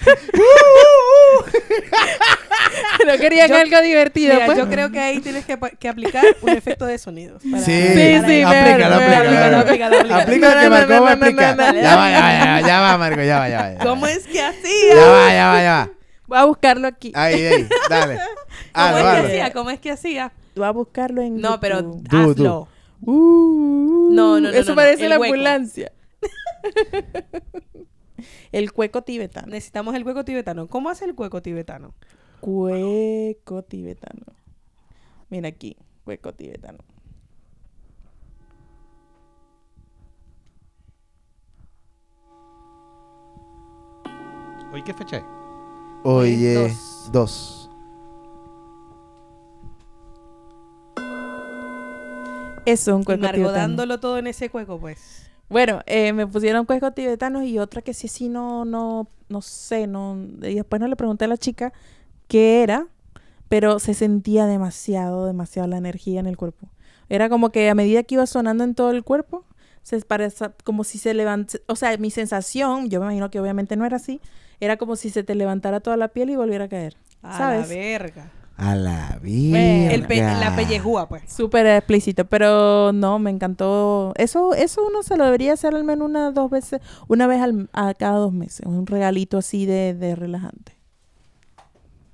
[SPEAKER 2] <laughs> no querían
[SPEAKER 3] Yo-
[SPEAKER 2] algo divertido.
[SPEAKER 3] mira,
[SPEAKER 2] pues.
[SPEAKER 3] yo creo que ahí tienes que, pa- que aplicar un efecto de
[SPEAKER 4] <laughs>
[SPEAKER 3] sonido. para-
[SPEAKER 4] Sí,
[SPEAKER 2] Sí, sí,
[SPEAKER 3] para-
[SPEAKER 4] aplícala, aplícala.
[SPEAKER 2] pero- pero-
[SPEAKER 3] aplícala, aplícala.
[SPEAKER 4] Aplica lo que
[SPEAKER 2] No, no, no,
[SPEAKER 4] Marco va a
[SPEAKER 2] no, no,
[SPEAKER 4] explicar.
[SPEAKER 2] no, no,
[SPEAKER 4] Ya va, ya va, ya va, ya va, Marco, ya va, ya va. ya va.
[SPEAKER 3] ¿Cómo es que
[SPEAKER 4] Ya
[SPEAKER 3] hacía?
[SPEAKER 4] va, Ah. ya va, ya va.
[SPEAKER 2] Voy a buscarlo aquí.
[SPEAKER 4] Ahí, ahí, dale.
[SPEAKER 3] ¿Cómo
[SPEAKER 4] Hazlo,
[SPEAKER 3] es que
[SPEAKER 4] hazlo.
[SPEAKER 3] hacía? ¿Cómo es que hacía?
[SPEAKER 2] Voy a buscarlo en
[SPEAKER 3] No, pero
[SPEAKER 2] YouTube.
[SPEAKER 4] Tú, tú.
[SPEAKER 3] hazlo.
[SPEAKER 2] Uh,
[SPEAKER 3] No, no, no,
[SPEAKER 2] Eso
[SPEAKER 3] no, no,
[SPEAKER 2] parece
[SPEAKER 3] el
[SPEAKER 2] la
[SPEAKER 3] hueco.
[SPEAKER 2] ambulancia. <laughs> el cueco tibetano.
[SPEAKER 3] Necesitamos el hueco tibetano. ¿Cómo hace el hueco tibetano?
[SPEAKER 2] Cueco tibetano. Mira aquí, cueco tibetano.
[SPEAKER 5] Oye, ¿qué fecha es?
[SPEAKER 4] Oye,
[SPEAKER 3] Dos.
[SPEAKER 4] dos.
[SPEAKER 2] Eso es un
[SPEAKER 3] Y
[SPEAKER 2] cuenco
[SPEAKER 3] Margot
[SPEAKER 2] tibetano.
[SPEAKER 3] dándolo todo en ese cueco, pues.
[SPEAKER 2] Bueno, eh, me pusieron cuescos tibetanos y otra que sí, sí, no, no, no sé, no. Y después no le pregunté a la chica qué era, pero se sentía demasiado, demasiado la energía en el cuerpo. Era como que a medida que iba sonando en todo el cuerpo, se pareza- como si se levantara, o sea, mi sensación, yo me imagino que obviamente no era así, era como si se te levantara toda la piel y volviera a caer.
[SPEAKER 3] A
[SPEAKER 2] ¿Sabes?
[SPEAKER 3] la verga.
[SPEAKER 4] A la vida.
[SPEAKER 3] El pe- la pellejúa, pues.
[SPEAKER 2] Súper explícito, pero no, me encantó. Eso, eso uno se lo debería hacer al menos una dos veces, una vez al, a cada dos meses, un regalito así de, de relajante.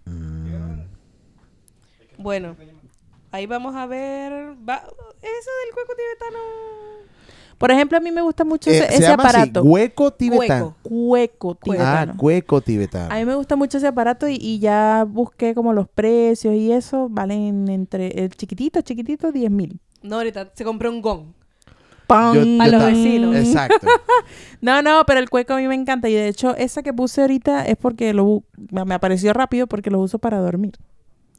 [SPEAKER 4] Mm.
[SPEAKER 3] Bueno, ahí vamos a ver. va- Eso del cueco tibetano.
[SPEAKER 2] Por ejemplo, a mí me gusta mucho ese,
[SPEAKER 4] Eh, se
[SPEAKER 2] ese
[SPEAKER 4] llama así,
[SPEAKER 2] aparato,
[SPEAKER 4] hueco tibetano.
[SPEAKER 2] cueco
[SPEAKER 4] Ah,
[SPEAKER 2] tibetano.
[SPEAKER 4] cueco tibetano.
[SPEAKER 2] a mí me gusta mucho ese aparato y, y ya busqué como los precios y eso, valen entre eh, el chiquitito, chiquitito, 10 mil.
[SPEAKER 3] No, ahorita se compró un gong.
[SPEAKER 4] Yo- yo
[SPEAKER 3] a los
[SPEAKER 4] ta-
[SPEAKER 3] vecinos.
[SPEAKER 4] Exacto.
[SPEAKER 2] No, no, pero el cueco a mí me encanta y de hecho esa que puse ahorita es porque lo bu- me me apareció rápido porque lo uso para dormir.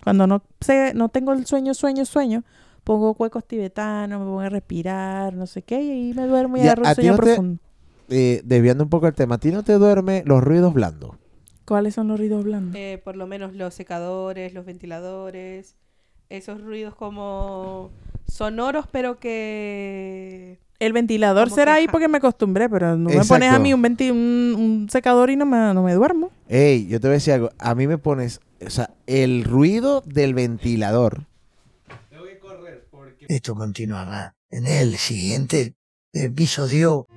[SPEAKER 2] Cuando no sé, no tengo el sueño, sueño, sueño, pongo cuecos tibetanos, me pongo a respirar, no sé qué y ahí me duermo y
[SPEAKER 4] Ya,
[SPEAKER 2] agarro
[SPEAKER 4] ¿a
[SPEAKER 2] un
[SPEAKER 4] ti
[SPEAKER 2] sueño
[SPEAKER 4] no te-
[SPEAKER 2] profundo.
[SPEAKER 4] Eh, desviando un poco el tema, ¿a ti no te duerme los ruidos blandos?
[SPEAKER 2] ¿Cuáles son los ruidos blandos?
[SPEAKER 3] Eh, por lo menos los secadores, los ventiladores. Esos ruidos como sonoros, pero que.
[SPEAKER 2] el ventilador
[SPEAKER 3] como
[SPEAKER 2] será
[SPEAKER 3] que,
[SPEAKER 2] ahí
[SPEAKER 3] ajá.
[SPEAKER 2] porque me acostumbré, pero no me pones a
[SPEAKER 4] Exacto.
[SPEAKER 2] mí un, venti- un, un secador y no me, no me duermo.
[SPEAKER 4] Ey, yo te voy a decir algo. A mí me pones, o sea, el ruido del ventilador.
[SPEAKER 1] Tengo que correr porque
[SPEAKER 6] Esto continuará en el siguiente episodio.